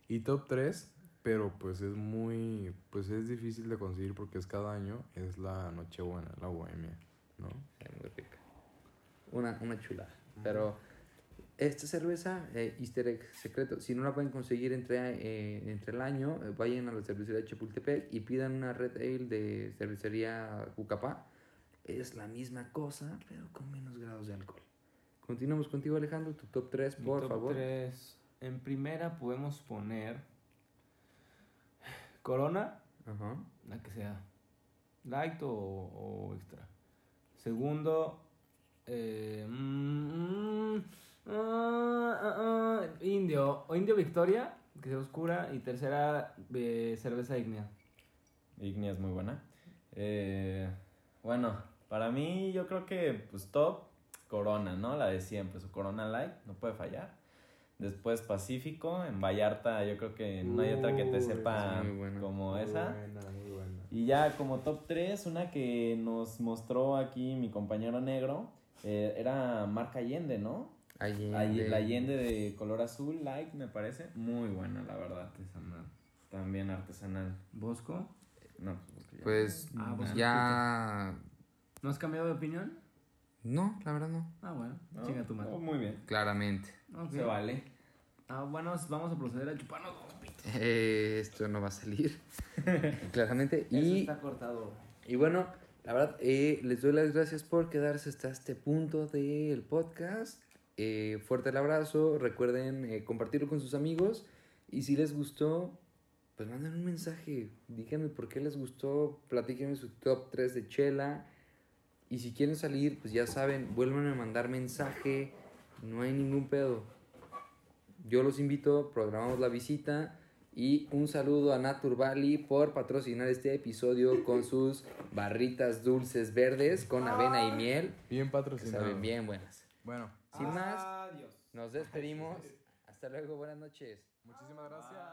S1: Y top 3, pero pues es muy. Pues es difícil de conseguir porque es cada año. Es la Nochebuena, la Bohemia, ¿no?
S2: Es muy rica. Una, una chulada. Pero esta cerveza, eh, Easter egg secreto, si no la pueden conseguir entre, eh, entre el año, eh, vayan a la cervecería de Chapultepec y pidan una Red Ale de cervecería Cucapá. Es la misma cosa, pero con menos grados de alcohol. Continuamos contigo, Alejandro, tu top 3,
S5: Mi
S2: por
S5: top
S2: favor.
S5: tres. En primera podemos poner Corona,
S2: Ajá.
S5: la que sea. Light o, o extra. Segundo, eh, mm, mm, ah, ah, ah, Indio. O Indio Victoria, que sea oscura. Y tercera, eh, cerveza ignea.
S4: Ignia es muy buena. Eh, bueno, para mí yo creo que pues top Corona, ¿no? La de siempre, su Corona Light, no puede fallar. Después Pacífico, en Vallarta yo creo que no hay otra que
S1: Uy,
S4: te sepa
S2: esa es muy buena.
S4: como
S1: Muy
S4: esa.
S1: buena, muy buena.
S4: Y ya como top 3, una que nos mostró aquí mi compañero negro, eh, era marca Allende, ¿no?
S2: Allende.
S4: Allí- La Allende de color azul, light me parece. Muy buena, la verdad, artesanal. También artesanal.
S5: Bosco,
S4: No, pues, porque ya-
S2: Pues
S5: Ah, pues,
S2: ya.
S5: ¿no has cambiado de opinión?
S2: No, la verdad no.
S5: Ah, bueno,
S4: No,
S5: chinga tu madre.
S4: no, muy bien.
S2: Claramente.
S5: Ok.
S4: Se vale.
S5: Ah, bueno, vamos a proceder a chuparnos dos pitos.
S2: Eh, esto no va a salir. Claramente.
S5: Eso
S2: Y,
S5: está cortado.
S2: y bueno, la verdad, eh, les doy las gracias por quedarse hasta este punto del podcast. Eh, fuerte el abrazo. Recuerden eh, compartirlo con sus amigos. Y si les gustó, pues manden un mensaje. Díganme por qué les gustó. Platíquenme su top 3 de Chela. Y si quieren salir, pues ya saben, vuelvan a mandar mensaje. No hay ningún pedo. Yo los invito, programamos la visita. Y un saludo a Naturbali por patrocinar este episodio con sus barritas dulces verdes con avena y miel.
S1: Bien
S2: Que
S1: patrocinado.
S2: saben bien buenas.
S1: Bueno,
S2: Sin más,
S5: Adiós.
S2: nos despedimos. Hasta luego, buenas noches.
S1: muchísimas gracias.